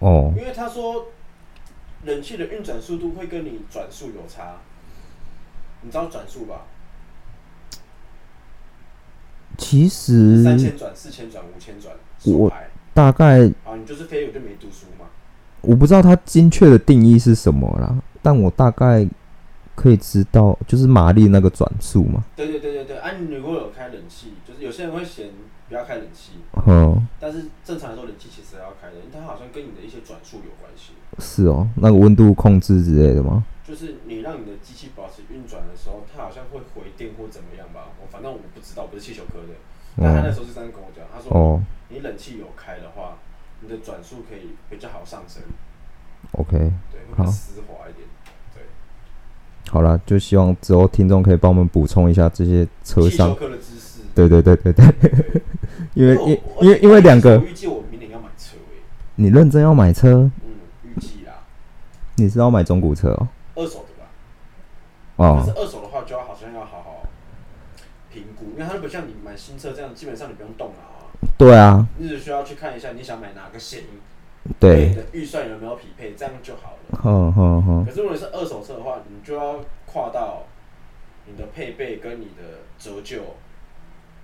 S1: 哦，
S3: 因为他说冷气的运转速度会跟你转速有差，你知道转速吧？
S1: 其实
S3: 三千转、四千转、五千转，
S1: 嗯
S3: 手
S1: 我
S3: 牌
S1: 大概
S3: 啊，你就是飞我就没读书嘛。
S1: 我不知道它精确的定义是什么啦，但我大概可以知道，就是马力那个转速嘛。
S3: 对对对对对，啊，你如果有开冷气，就是有些人会嫌不要开冷气，
S1: 嗯，
S3: 但是正常来说冷气其实还要开的，因为它好像跟你的一些转速有关系，
S1: 是哦，那个温度控制之类的吗？
S3: 就是你让你的机器保持运转的时候，它好像会回电或怎么样吧。我反正我不知道，我不是气球科的，但他那
S1: 哦
S3: 时候是这样跟我讲，他说
S1: 哦
S3: 你冷气有开的话，你的转速可以比较好上升，
S1: ，OK，
S3: 对，会比
S1: 好
S3: 较丝滑一点。
S1: 好啦，就希望之后听众可以帮我们补充一下这些车哦
S3: 气球
S1: 上，
S3: 科的知识，
S1: 对对对对对， 因为因
S3: 我
S1: 因为因为两
S3: 我
S1: 个，
S3: 预计我明年要买车诶、
S1: 你认真要买车，
S3: 嗯，预计啦，
S1: 你是要买中古车哦，
S3: 二手的吧。但是
S1: 哦，
S3: 二手的话，就要好像要好好评估，因为它不像你买新车这样，基本上你不用动脑啊，
S1: 对啊，
S3: 你只需要去看一下你想买哪个型，跟你
S1: 对，
S3: 的预算有没有匹配，这样就好了。
S1: 哼哼哼，
S3: 可是如果你是二手车的话，你就要跨到你的配备跟你的折旧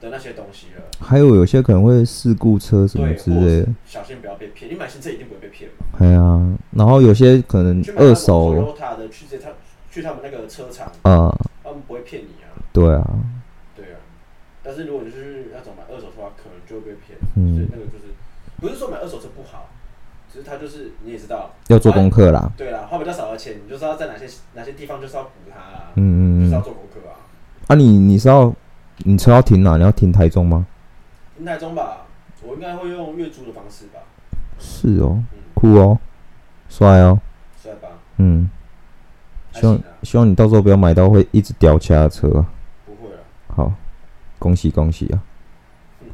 S3: 的那些东西了。
S1: 还有有些可能会事故车什么
S3: 对，
S1: 之
S3: 或者
S1: 类
S3: 是
S1: 的，
S3: 小心不要被骗。你买新车一定不会被骗嘛。
S1: 哎呀，然后有些可能
S3: 去买
S1: 二手。
S3: Toyota 的，去这他去他们那个车厂，
S1: 啊、
S3: 他们不会骗你啊。
S1: 对啊，
S3: 对啊，但是如果你是那种买二手车的话，可能就会被骗，
S1: 嗯
S3: 所以那个就是不是说买二手车不好，只是它就是你也知道，
S1: 要做功课啦。
S3: 对啦，花比较少的钱，你就知道在哪些哪些地方就是要补它啊，就是
S1: 嗯嗯
S3: 要
S1: 嗯。
S3: 做功课啊。
S1: 啊你，你是要你车要停哪？你要停台中吗？
S2: 平台中吧，我应该会用月租的方式吧，
S1: 是哦，
S2: 嗯，
S1: 酷哦，帅哦，
S2: 帅吧，
S1: 嗯，希
S2: 还行
S1: 望
S2: 啊，
S1: 希望你到时候不要买到会一直掉掐的车啊。
S2: 不会啊，
S1: 好，恭喜恭喜啊
S2: 嗯！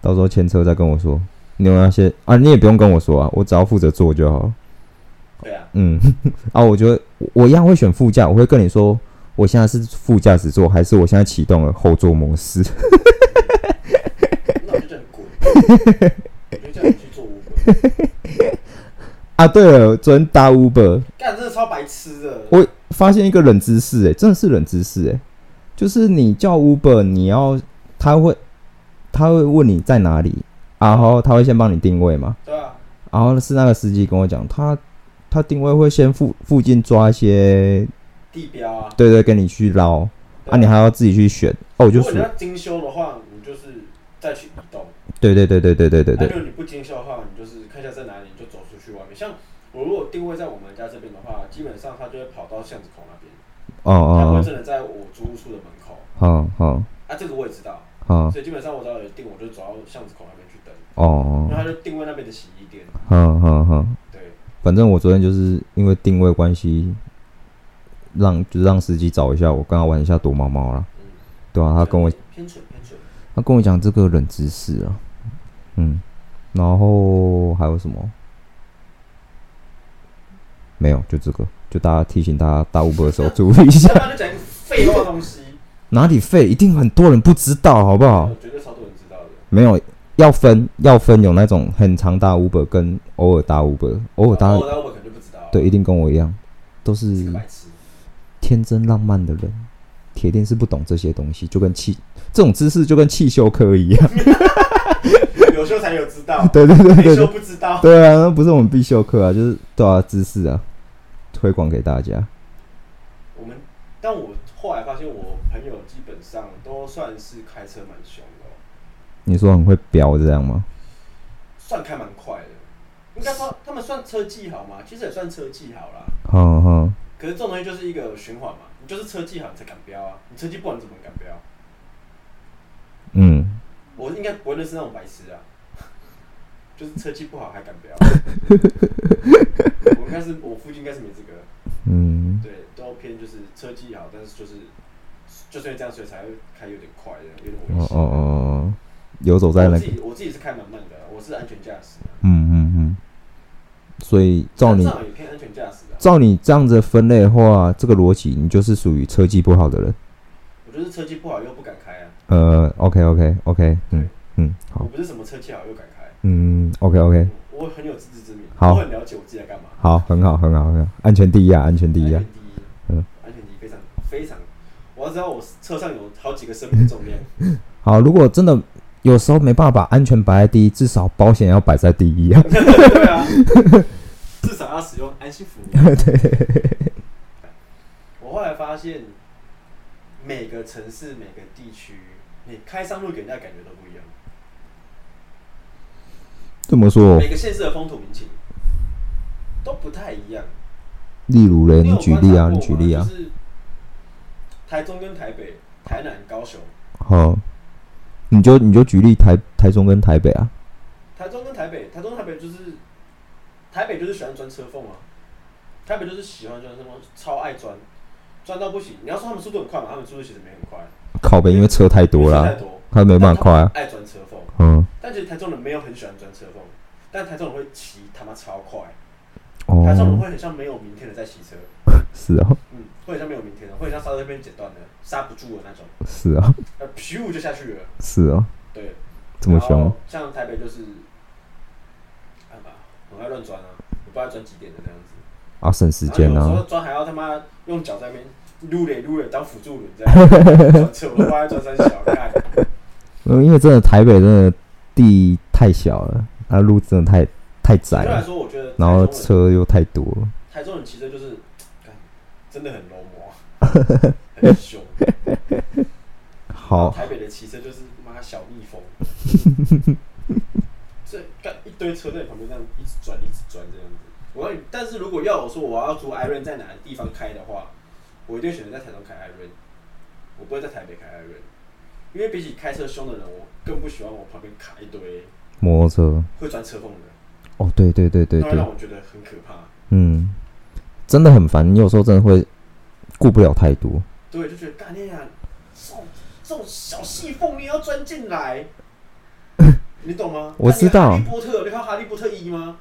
S1: 到时候牵车再跟我说，你有那些啊，你也不用跟我说啊，我只要负责做就好了。
S2: 对啊，
S1: 嗯， 啊，我觉得我我一样会选副驾，我会跟你说，我现在是副驾驶座，还是我现在启动了后座模式？
S2: 那我就叫你滚，我就叫你去做 Uber，
S1: 啊，对了，昨天搭 Uber
S2: 干真的超白痴的，
S1: 我发现一个冷知识、欸，真的是冷知识、欸，就是你叫 Uber，你要他会他会问你在哪里，然后他会先帮你定位嘛，
S2: 对啊，
S1: 然后是那个司机跟我讲，他他定位会先附附近抓一些，
S2: 地标啊，
S1: 对对，跟你去捞
S2: 对
S1: 啊，你还要自己去选。哦，我就
S2: 如果
S1: 数
S2: 你，要精修的话，你就是再去移动。
S1: 对对对对对对对
S2: 那
S1: 对
S2: 如，果你不精修的话，你就是看一下在哪里，你就走出去外面。像我如果定位在我们家这边的话，基本上它就会跑到巷子口那边，
S1: 哦
S2: 它不会
S1: 哦，
S2: 真的在我租屋处的门口。
S1: 好好
S2: 啊，这个我也知道，
S1: 好
S2: 所以基本上我只要有定，我就走到巷子口那边去等，
S1: 哦
S2: 因为，它就定位那边的洗衣店。
S1: 好好好，
S2: 对，
S1: 反正我昨天就是因为定位关系，让就是让司机找一下我，跟他玩一下躲猫猫啦。
S2: 嗯，
S1: 对啊，他跟我
S2: 偏蠢偏蠢，
S1: 他跟我讲这个冷知识啊，嗯，然后还有什么？没有，就这个，就大家提醒大家搭 Uber 的时候注意一下
S2: 要，不然就讲一个废话的东西，
S1: 哪里废，一定很多人不知道，好不好？
S2: 绝对超多人知道的。
S1: 没有，要分要分有那种很常搭 Uber 跟偶尔搭 Uber，偶尔搭、
S2: 我我可能就不知道，
S1: 对，，一定跟我一样，都
S2: 是
S1: 是
S2: 个白痴。
S1: 天真浪漫的人，铁定是不懂这些东西，就跟气这种知识就跟汽修科一样，
S2: 有修才有知道，
S1: 对对对对
S2: 没
S1: 对
S2: 哦修。不知道。
S1: 对啊，那不是我们必修课啊，就是对啊，知识啊，推广给大家。
S2: 我们，但我后来发现，我朋友基本上都算是开车蛮凶的哦、
S1: 你说很会飙这样吗？
S2: 算开蛮快的。应该说他们算车技好吗？其实也算车技好啦。
S1: 哼哼，
S2: 可是这种东西就是一个循环嘛，你就是车技好你才敢飙啊，你车技不好你怎么敢飙？
S1: 嗯，
S2: 我应该不会认识那种白痴啊，就是车技不好还敢飙。我应该是我附近应该是没这个，
S1: 嗯，
S2: 对，都偏就是车技好，但是就是就是因为这样，所以才会开有点快的，有点危
S1: 哦哦
S2: 险。
S1: 哦哦，游走在
S2: 我
S1: 那
S2: 自
S1: 个，
S2: 己我自己是开蛮慢的啊，我是安全驾驶啊，
S1: 嗯嗯嗯。所以照
S2: 但
S1: 你
S2: 这样也偏安全驾驶啊。
S1: 照你这样子分类的话，这个逻辑你就是属于车技不好的人。
S2: 我就是车技不好又不敢开啊，
S1: 呃，OK OK OK，嗯嗯，
S2: 我
S1: 好，
S2: 不是什么车技好又敢开，
S1: 嗯 OK OK，
S2: 嗯我很有自知之明，
S1: 好
S2: 我很了解我自己在干嘛。
S1: 好，很好很好很好，安全第一啊，安全第一啊
S2: 安全，第一，
S1: 嗯
S2: 安全第一非常非常，我要知道我车上有好几个生命重 量，
S1: 好，如果真的有时候没办法把安全摆在第一，至少保险要摆在第一啊。
S2: 对啊，至少要使用安 心服务。我后来发现，每个城市每个地区，你开上路给人家的感觉都不一样。
S1: 这么说
S2: 每，个县市的风土民情都不太一样。
S1: 例如嘞，
S2: 因为
S1: 你
S2: 我
S1: 举
S2: 观察
S1: 例啊，
S2: 过
S1: 你
S2: 嘛
S1: 举例啊
S2: 就，是台中跟台北、台南、高雄，
S1: 好，你就你就举例台台中跟台北啊，
S2: 台中跟台北，台中台北就是台北就是喜欢钻车缝啊，台北就是喜欢钻车缝，超爱钻，钻到不行。你要说他们速度很快嘛，他们速度其实没很快，
S1: 靠北因为车太多
S2: 因为车
S1: 啦
S2: 太，多，
S1: 他没办法快啊，
S2: 爱钻车缝。
S1: 嗯，
S2: 但其实台中人没有很喜欢钻车缝，但台中人会骑他妈超快，台中人
S1: 哦，
S2: 会很像没有明天的在骑车。
S1: 是啊，
S2: 嗯，会很像没有明天的，会很像刹车被剪断的，刹不住的那种，
S1: 是啊，
S2: 呃，咻就下去了。
S1: 是啊，
S2: 对，
S1: 这么凶，。
S2: 像台北就是，干嘛？很爱乱钻啊，我不知道钻几点的这样子。
S1: 啊，省时间
S2: 然后有时
S1: 啊，
S2: 候钻还要他妈用脚在那边撸嘞撸嘞当辅助轮这样， 转车我都不知道在钻三小干。
S1: 嗯因为真的台北真的地太小了，啊，路真的太太窄
S2: 相对来
S1: 了，
S2: 说，我觉得台
S1: 然后
S2: 中人
S1: 车又太多了，
S2: 台中人骑车就是，干真的很柔魔，很凶。啊
S1: 好，
S2: 台北的骑车就是妈小蜜蜂，这干一堆车在你旁边这样一直转一直转这样子。我要，但是如果要我说我要租 Iron 在哪个地方开的话，我一定会选择在台中开 Iron，我不会在台北开 Iron，因
S3: 因为比起开车凶的人，我更不喜欢我旁边卡一堆
S1: 摩托车。
S3: 会钻车缝的，
S1: 哦，对对对对
S3: 那会
S1: 对
S3: 让，我觉得很可怕。
S1: 嗯，真的很烦，你有时候真的会顾不了太多。
S3: 对，就觉得干你啊，这种这种小细缝你也要钻 进来，你懂吗？
S1: 我知道
S3: 那你看哈利波特，你看《哈利波特一》吗？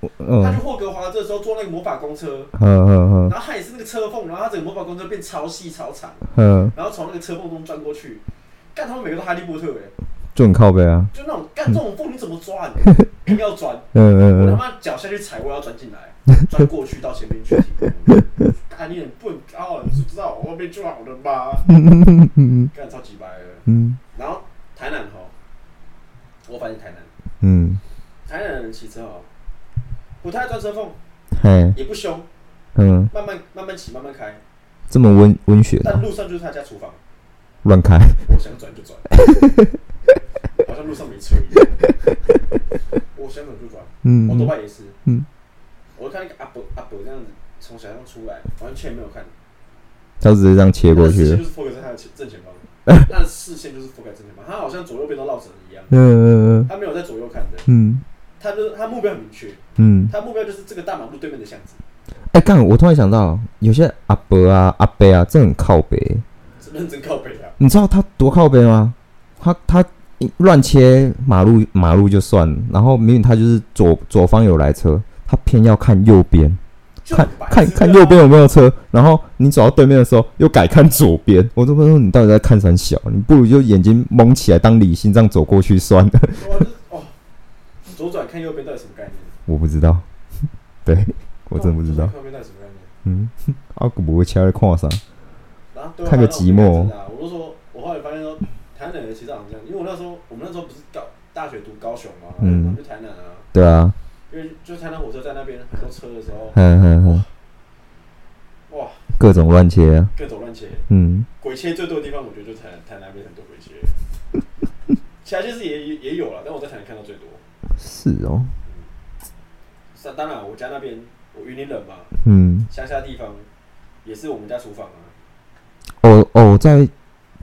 S1: 我
S3: 他
S1: 嗯
S3: 去霍格华兹的时候坐那个魔法公车，
S1: 嗯嗯嗯
S3: 然后他也是那个车缝，然后他整个魔法公车变超细超长，
S1: 嗯，
S3: 然后从那个车缝中钻过去。干他们每个都哈利波特哎、
S1: 就很靠背啊。
S3: 就那种干这种缝你怎么 抓？你硬要钻，
S1: 嗯
S3: 我
S1: 嗯
S3: 他
S1: 嗯，
S3: 妈脚下去踩，我要钻进来，钻过去到前 面去停。干你很笨啊！你知不知道我后面就好了 吧？干超级白的。
S1: 嗯
S3: 然后台南吼，我发现台南
S1: 嗯，
S3: 台南人骑车哦，不太钻车缝，
S1: 嘿，
S3: 也不凶，
S1: 嗯，
S3: 慢慢慢慢骑，慢慢开。
S1: 这么温温血
S3: 但
S1: 的，
S3: 路上就是他家厨房，
S1: 乱开。
S3: 我想转 就转，好像路上没车一样。我想转就转，
S1: 嗯
S3: 我多半也是。
S1: 嗯，
S3: 我看那个阿伯阿伯这样子从小巷出来，完全没有看，
S1: 他直接这样切
S3: 他
S1: 过
S3: 的视线
S1: 去。
S3: 就是覆盖在他的前正前方，他的视线就是覆盖正前方，他好像左右边都绕着人一样，
S1: 嗯嗯
S3: 他没有在左右看的，
S1: 嗯
S3: 他就是他目标很明确。
S1: 嗯，
S3: 他目标就是这个大马路对面的巷子，
S1: 哎，干，我突然想到，有些阿伯啊、阿伯啊，这很靠背。
S3: 是认真靠北啊。
S1: 你知道他多靠背吗？他他乱切马路马路就算了，然后明明他就是左左方有来车，他偏要看右边，
S3: 就
S1: 看
S3: 很白痴
S1: 看
S3: 啊
S1: 看右边，有没有车，然后你走到对面的时候又改看左边，我都不知道你到底在看三小，你不如就眼睛蒙起来当理性这样走过去算了。
S3: 哇就是哦，左转看右边到底什么概念？哦
S1: 我不知道， 对我真的不知道
S3: 左转，看右边到底什么概念？
S1: 嗯，阿古不会切来看啥，
S3: 然后对啊
S1: 看个寂寞。
S3: 然后我就看着啊我就说，我后来发现说，台南人其实好像这样，因为我那时候我们那时候不是高大学读高雄嘛，
S1: 嗯
S3: 然后就台南啊，
S1: 对啊，
S3: 因为就台南火车站那边很多车的时候，
S1: 哼哼哼，
S3: 哇，
S1: 各种乱切啊，
S3: 各种乱切，
S1: 嗯
S3: 鬼切最多的地方，我觉得就台台南那边很多鬼 切，其他就是也也也有了，但我在台南看到最多。
S1: 是哦，
S3: 那当然，我家那边我云林人嘛，
S1: 嗯。
S3: 乡下地方也是我们家厨房啊。
S1: 哦哦，在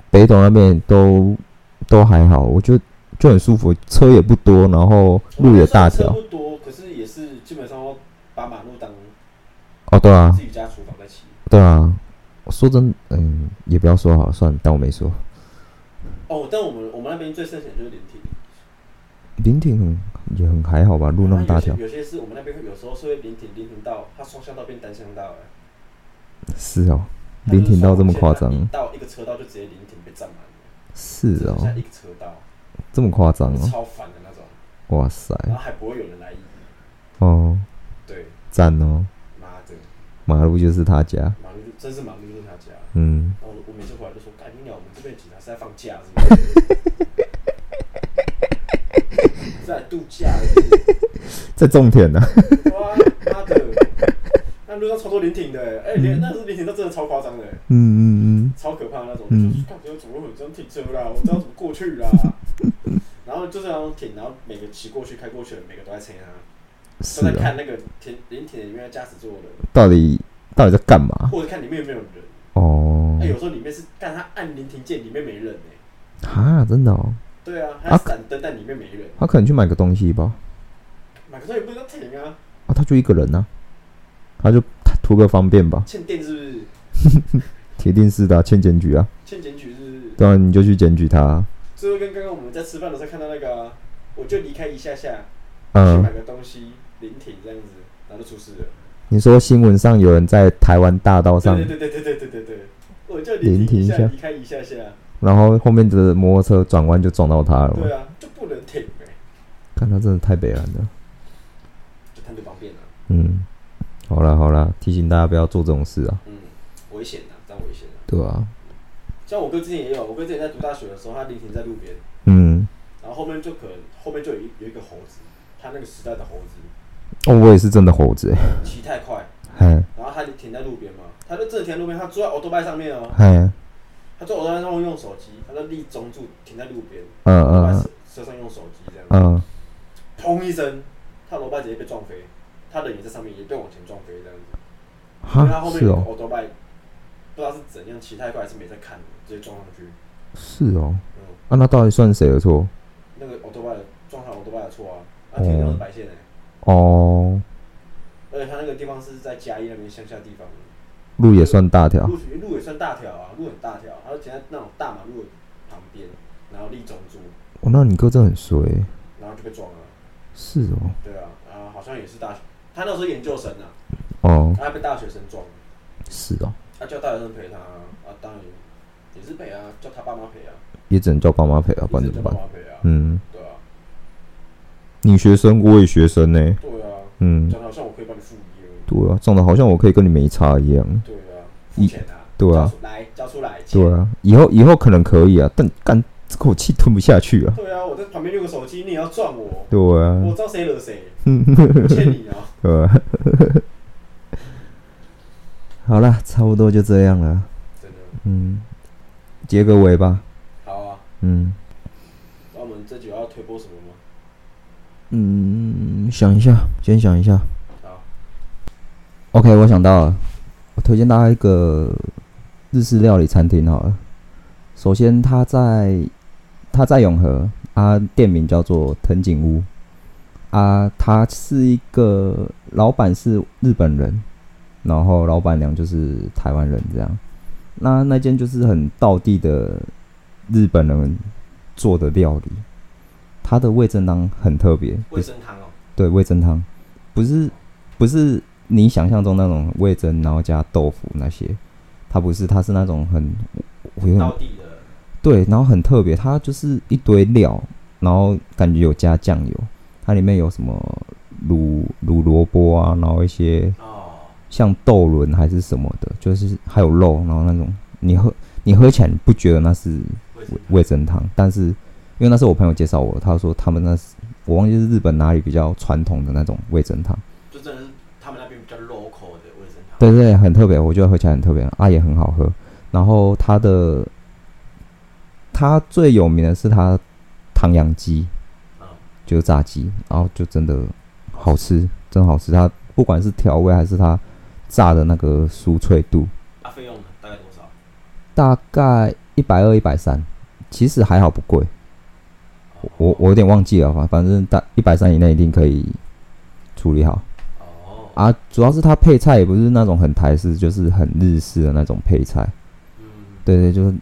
S1: 北斗那边都都还好，我觉得就很舒服，车也不多，然后路也大
S3: 我
S1: 条
S3: 们。那时候车不多，可是也是基本上要把马路当
S1: 哦，对啊
S3: 自，己家厨房在骑。
S1: 对啊。说真，嗯，也不要说好，算了，当我没说。
S3: 哦，但我们我们那边最盛行的就是连体，
S1: 林挺很也很还好吧，路那么大条
S3: 然后。有些有些是我们那边有时候是会连体连停到它双向道变单向道了，
S1: 是哦，林挺到这么夸张
S3: 它就是双线它一到一个车道就直接连停被占满了，
S1: 是
S3: 只剩
S1: 哦
S3: 下，一个车道，
S1: 这么夸张哦，
S3: 超烦的那种，
S1: 哇塞，
S3: 然后还不会有人来移，
S1: 哦，
S3: 对，
S1: 赞哦，
S3: 妈的，
S1: 马路就是他家，
S3: 马路就真是马路就是他家。
S1: 嗯，
S3: 然后我每次回来就说：“干你鸟，我们这边的警察是在放假是不是？是在度假是不是
S1: 在种田啊呢、？”
S3: 哇，妈 的！那路上超多连挺的、哎、连那时候连挺都真的超夸张的、
S1: 嗯嗯
S3: 超可怕的那种。
S1: 嗯
S3: 就是感觉怎么会有这样停车啦？我知道怎么过去 啦。然后就这样停，然后每个骑过去、开过去的每个都在催他，
S1: 嗯，是
S3: 都在
S1: 哦，
S3: 看那个停连挺里面的驾驶座的人，
S1: 到底到底在干嘛？
S3: 或者看里面有没有人。
S1: 哦
S3: 哎、，有时候里面是，但他按临停键，里面没人欸呢、
S1: 哈，真的哦，
S3: 对啊，
S1: 啊
S3: 他闪灯，但里面没人。
S1: 他可能去买个东西吧。
S3: 买个车也不能停啊，
S1: 啊，他就一个人呢、啊，他就他图个方便吧，
S3: 欠电是不是？
S1: 铁定是的啊、欠检举啊，
S3: 欠检举是不是？
S1: 对啊，你就去检举他啊、
S3: 最后跟刚刚我们在吃饭的时候看到那个啊、我就离开一下下去买
S1: 嗯，
S3: 个东西，临停这样子，然后就出事了。
S1: 你说新闻上有人在台湾大道上
S3: 对，对对对对对对对，我就临
S1: 临停
S3: 停
S1: 一
S3: 一
S1: 下
S3: 下，离开一下下，
S1: 然后后面的摩托车转弯就撞到他了嘛
S3: 对，啊，就不能停哎、
S1: 看他真的太北蓝了。
S3: 就贪得方便了、
S1: 嗯，好啦好啦，提醒大家不要做这种事啊，
S3: 嗯，危险啊，这样危险啊。
S1: 对啊，
S3: 像我哥之前也有，我哥之前在读大学的时候，他临停在路边，
S1: 嗯，
S3: 然后后面就可能后面就有一有一个猴子，他那个时代的猴子
S1: 哦，我也是真的猴子欸，
S3: 骑太快，
S1: 嘿，
S3: 然后他就停在路边嘛，他就真的停在路边，他坐在欧多拜上面哦，
S1: 嘿，
S3: 他坐欧多拜上面用手机，他就立中柱停在路边，
S1: 嗯
S3: 欧多拜
S1: 嗯
S3: 车车上用手机这样，
S1: 嗯，
S3: 砰一声，他的欧多拜直接被撞飞，他人也在上面也被往前撞飞这样子，因为
S1: 哈，
S3: 他啊后面
S1: 是
S3: 有个
S1: 哦，
S3: 欧多拜，不知道是怎样骑太快还是没在看，直接撞上去，
S1: 是哦，
S3: 嗯，
S1: 啊，那到底算谁的错？
S3: 那个 o t o b i 的撞上 o t o b i 的错啊，那停都是白线的、
S1: 哦，
S3: 而且他那个地方是在嘉义那边乡下地方，
S1: 啊路也算大条
S3: 路路也算大条啊，路很大条，它就停在那种大马路旁边，然后立中柱，
S1: 哦，那你哥真的很衰欸，
S3: 然后就被撞了，
S1: 是哦，
S3: 对啊，然后好像也是大学，他那时候研究生啊，
S1: 哦，
S3: 他被大学生撞，
S1: 是哦，
S3: 他叫大学生陪他啊，啊当然也是陪啊，叫他爸妈陪啊，
S1: 也只能叫爸妈赔啊，不然
S3: 一
S1: 怎
S3: 直
S1: 么
S3: 叫爸
S1: 办？
S3: 妈陪啊，
S1: 嗯，
S3: 对啊，
S1: 你学生，我也学生呢、
S3: 对啊，
S1: 嗯，
S3: 讲的好像我可以帮你付一而已，
S1: 对啊，长得好像我可以跟你没差一样。
S3: 对啊，付钱啊，
S1: 对啊
S3: 交出，来交出来，钱
S1: 对啊，以后以后可能可以啊，但干这口气吞不下去啊。
S3: 对啊，我在旁边用个手机，你也要撞我，
S1: 对啊，
S3: 我知道谁惹谁，
S1: 嗯
S3: 我欠你啊！
S1: 对啊。 好啦，差不多就这样了。
S3: 真的，
S1: 嗯，结个尾吧。
S3: 好啊。
S1: 嗯
S3: 那我们这集要推播什么吗？
S1: 嗯，想一下，先想一下。
S3: 好，
S1: OK，我想到了，我推荐大家一个日式料理餐厅好了。首先，它在它在永和，啊，店名叫做藤井屋，啊，它是一个老板是日本人，然后老板娘就是台湾人这样。那那间就是很道地的日本人做的料理，它的味噌汤很特别，
S3: 味噌汤哦，
S1: 对，味噌汤，不是不是你想象中那种味噌，然后加豆腐那些，它不是，它是那种很，我有点
S3: 到地的，
S1: 对，然后很特别，它就是一堆料，然后感觉有加酱油，它里面有什么卤卤萝卜啊，然后一些
S3: 哦，
S1: 像豆轮还是什么的，就是还有肉，然后那种你喝你喝起来你不觉得那是味
S3: 味噌汤
S1: 味噌汤，但是因为那是我朋友介绍我的，他说他们那是我忘记是日本哪里比较传统的那种味噌汤，
S3: 就真的是他们那边比较 local 的味噌汤。
S1: 对对，很特别，我觉得喝起来很特别，啊也很好喝。然后它的它最有名的是它唐扬鸡，
S3: 嗯，
S1: 就是炸鸡，然后就真的好吃，真好吃。它不管是调味还是它炸的那个酥脆度，
S3: 啊，费用大概多少？
S1: 大概一百二一百三，其实还好不贵。
S3: 哦
S1: 我我有点忘记了，反反正大一百三以内一定可以处理好
S3: 哦，
S1: 啊。主要是它配菜也不是那种很台式，就是很日式的那种配菜。
S3: 嗯，
S1: 对对，就是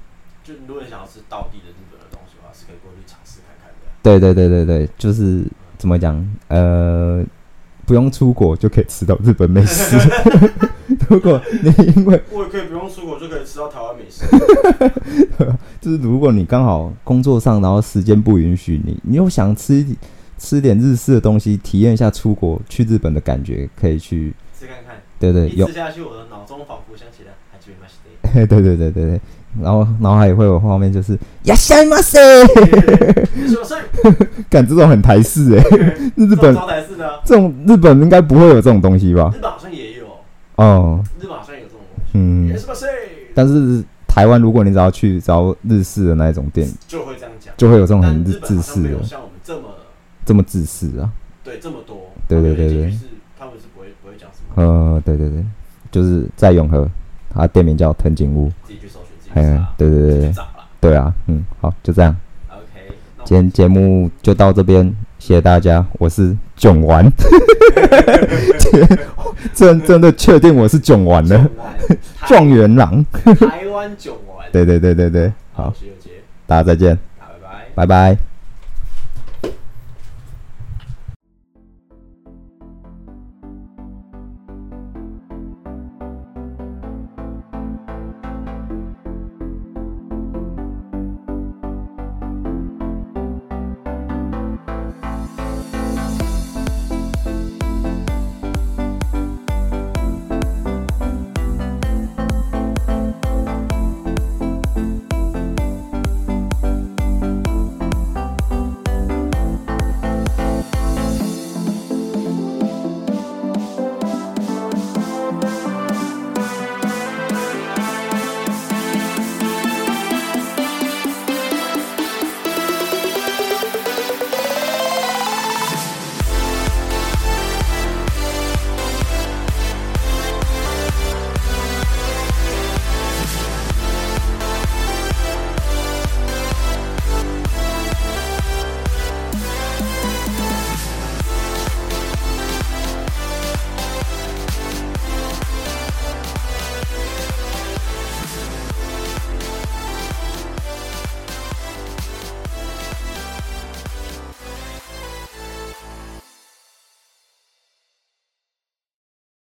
S3: 就如果你想要吃道地的日本的东西的话，是可以过去尝试看看的。
S1: 对对对对对，就是怎么讲？呃，不用出国就可以吃到日本美食。 如果你因为
S3: 我也可以不用出国就可以吃到台湾美食。
S1: 就是如果你刚好工作上，然后时间不允许你，你又想吃吃点日式的东西，体验一下出国去日本的感觉，可以去。
S3: 吃看看，
S1: 对对，
S3: 一
S1: 有
S3: 吃下去，我的脑中仿佛想起了还记得吗？
S1: 对对对对对，然后脑海也会有画面，就是呀塞马塞，
S3: 你说是
S1: 感这种很台式哎、日
S3: 这种
S1: 本
S3: 招待式的，
S1: 这种日本应该不会有这种东西吧
S3: 日？本好像也有，
S1: 哦，
S3: 日本好像有这种东西。
S1: 嗯
S3: 也，是吧？谁
S1: 但是台湾如果你只要去找日式的那一种店，
S3: 就会这样讲。
S1: 就会有这种
S3: 但
S1: 很
S3: 日本
S1: 自
S3: 好像
S1: 私哦
S3: 没
S1: 的
S3: 有，像我们这么
S1: 这么自私啊，
S3: 对这么多，
S1: 对对对对
S3: 他们有一些是他们是不会不会讲什么，
S1: 呃，对对对，就是在永和，它店名叫藤井屋，
S3: 自己去搜寻，自己去
S1: 嗯
S3: 查，，
S1: 对对对
S3: 自己
S1: 对
S3: 去找啦。
S1: 对啊，嗯，好，就这样，
S3: OK，那我
S1: 今天节目就到这边，谢谢大家，我是囧丸， 真真的确定我是囧丸了。
S3: 们囧
S1: 状元郎。
S3: 完，台台湾囧完，
S1: 对对对对对，
S3: 好，我
S1: 好，
S3: 是有杰，
S1: 大家再见，
S3: 好，
S1: 拜
S3: 拜拜。
S1: 拜。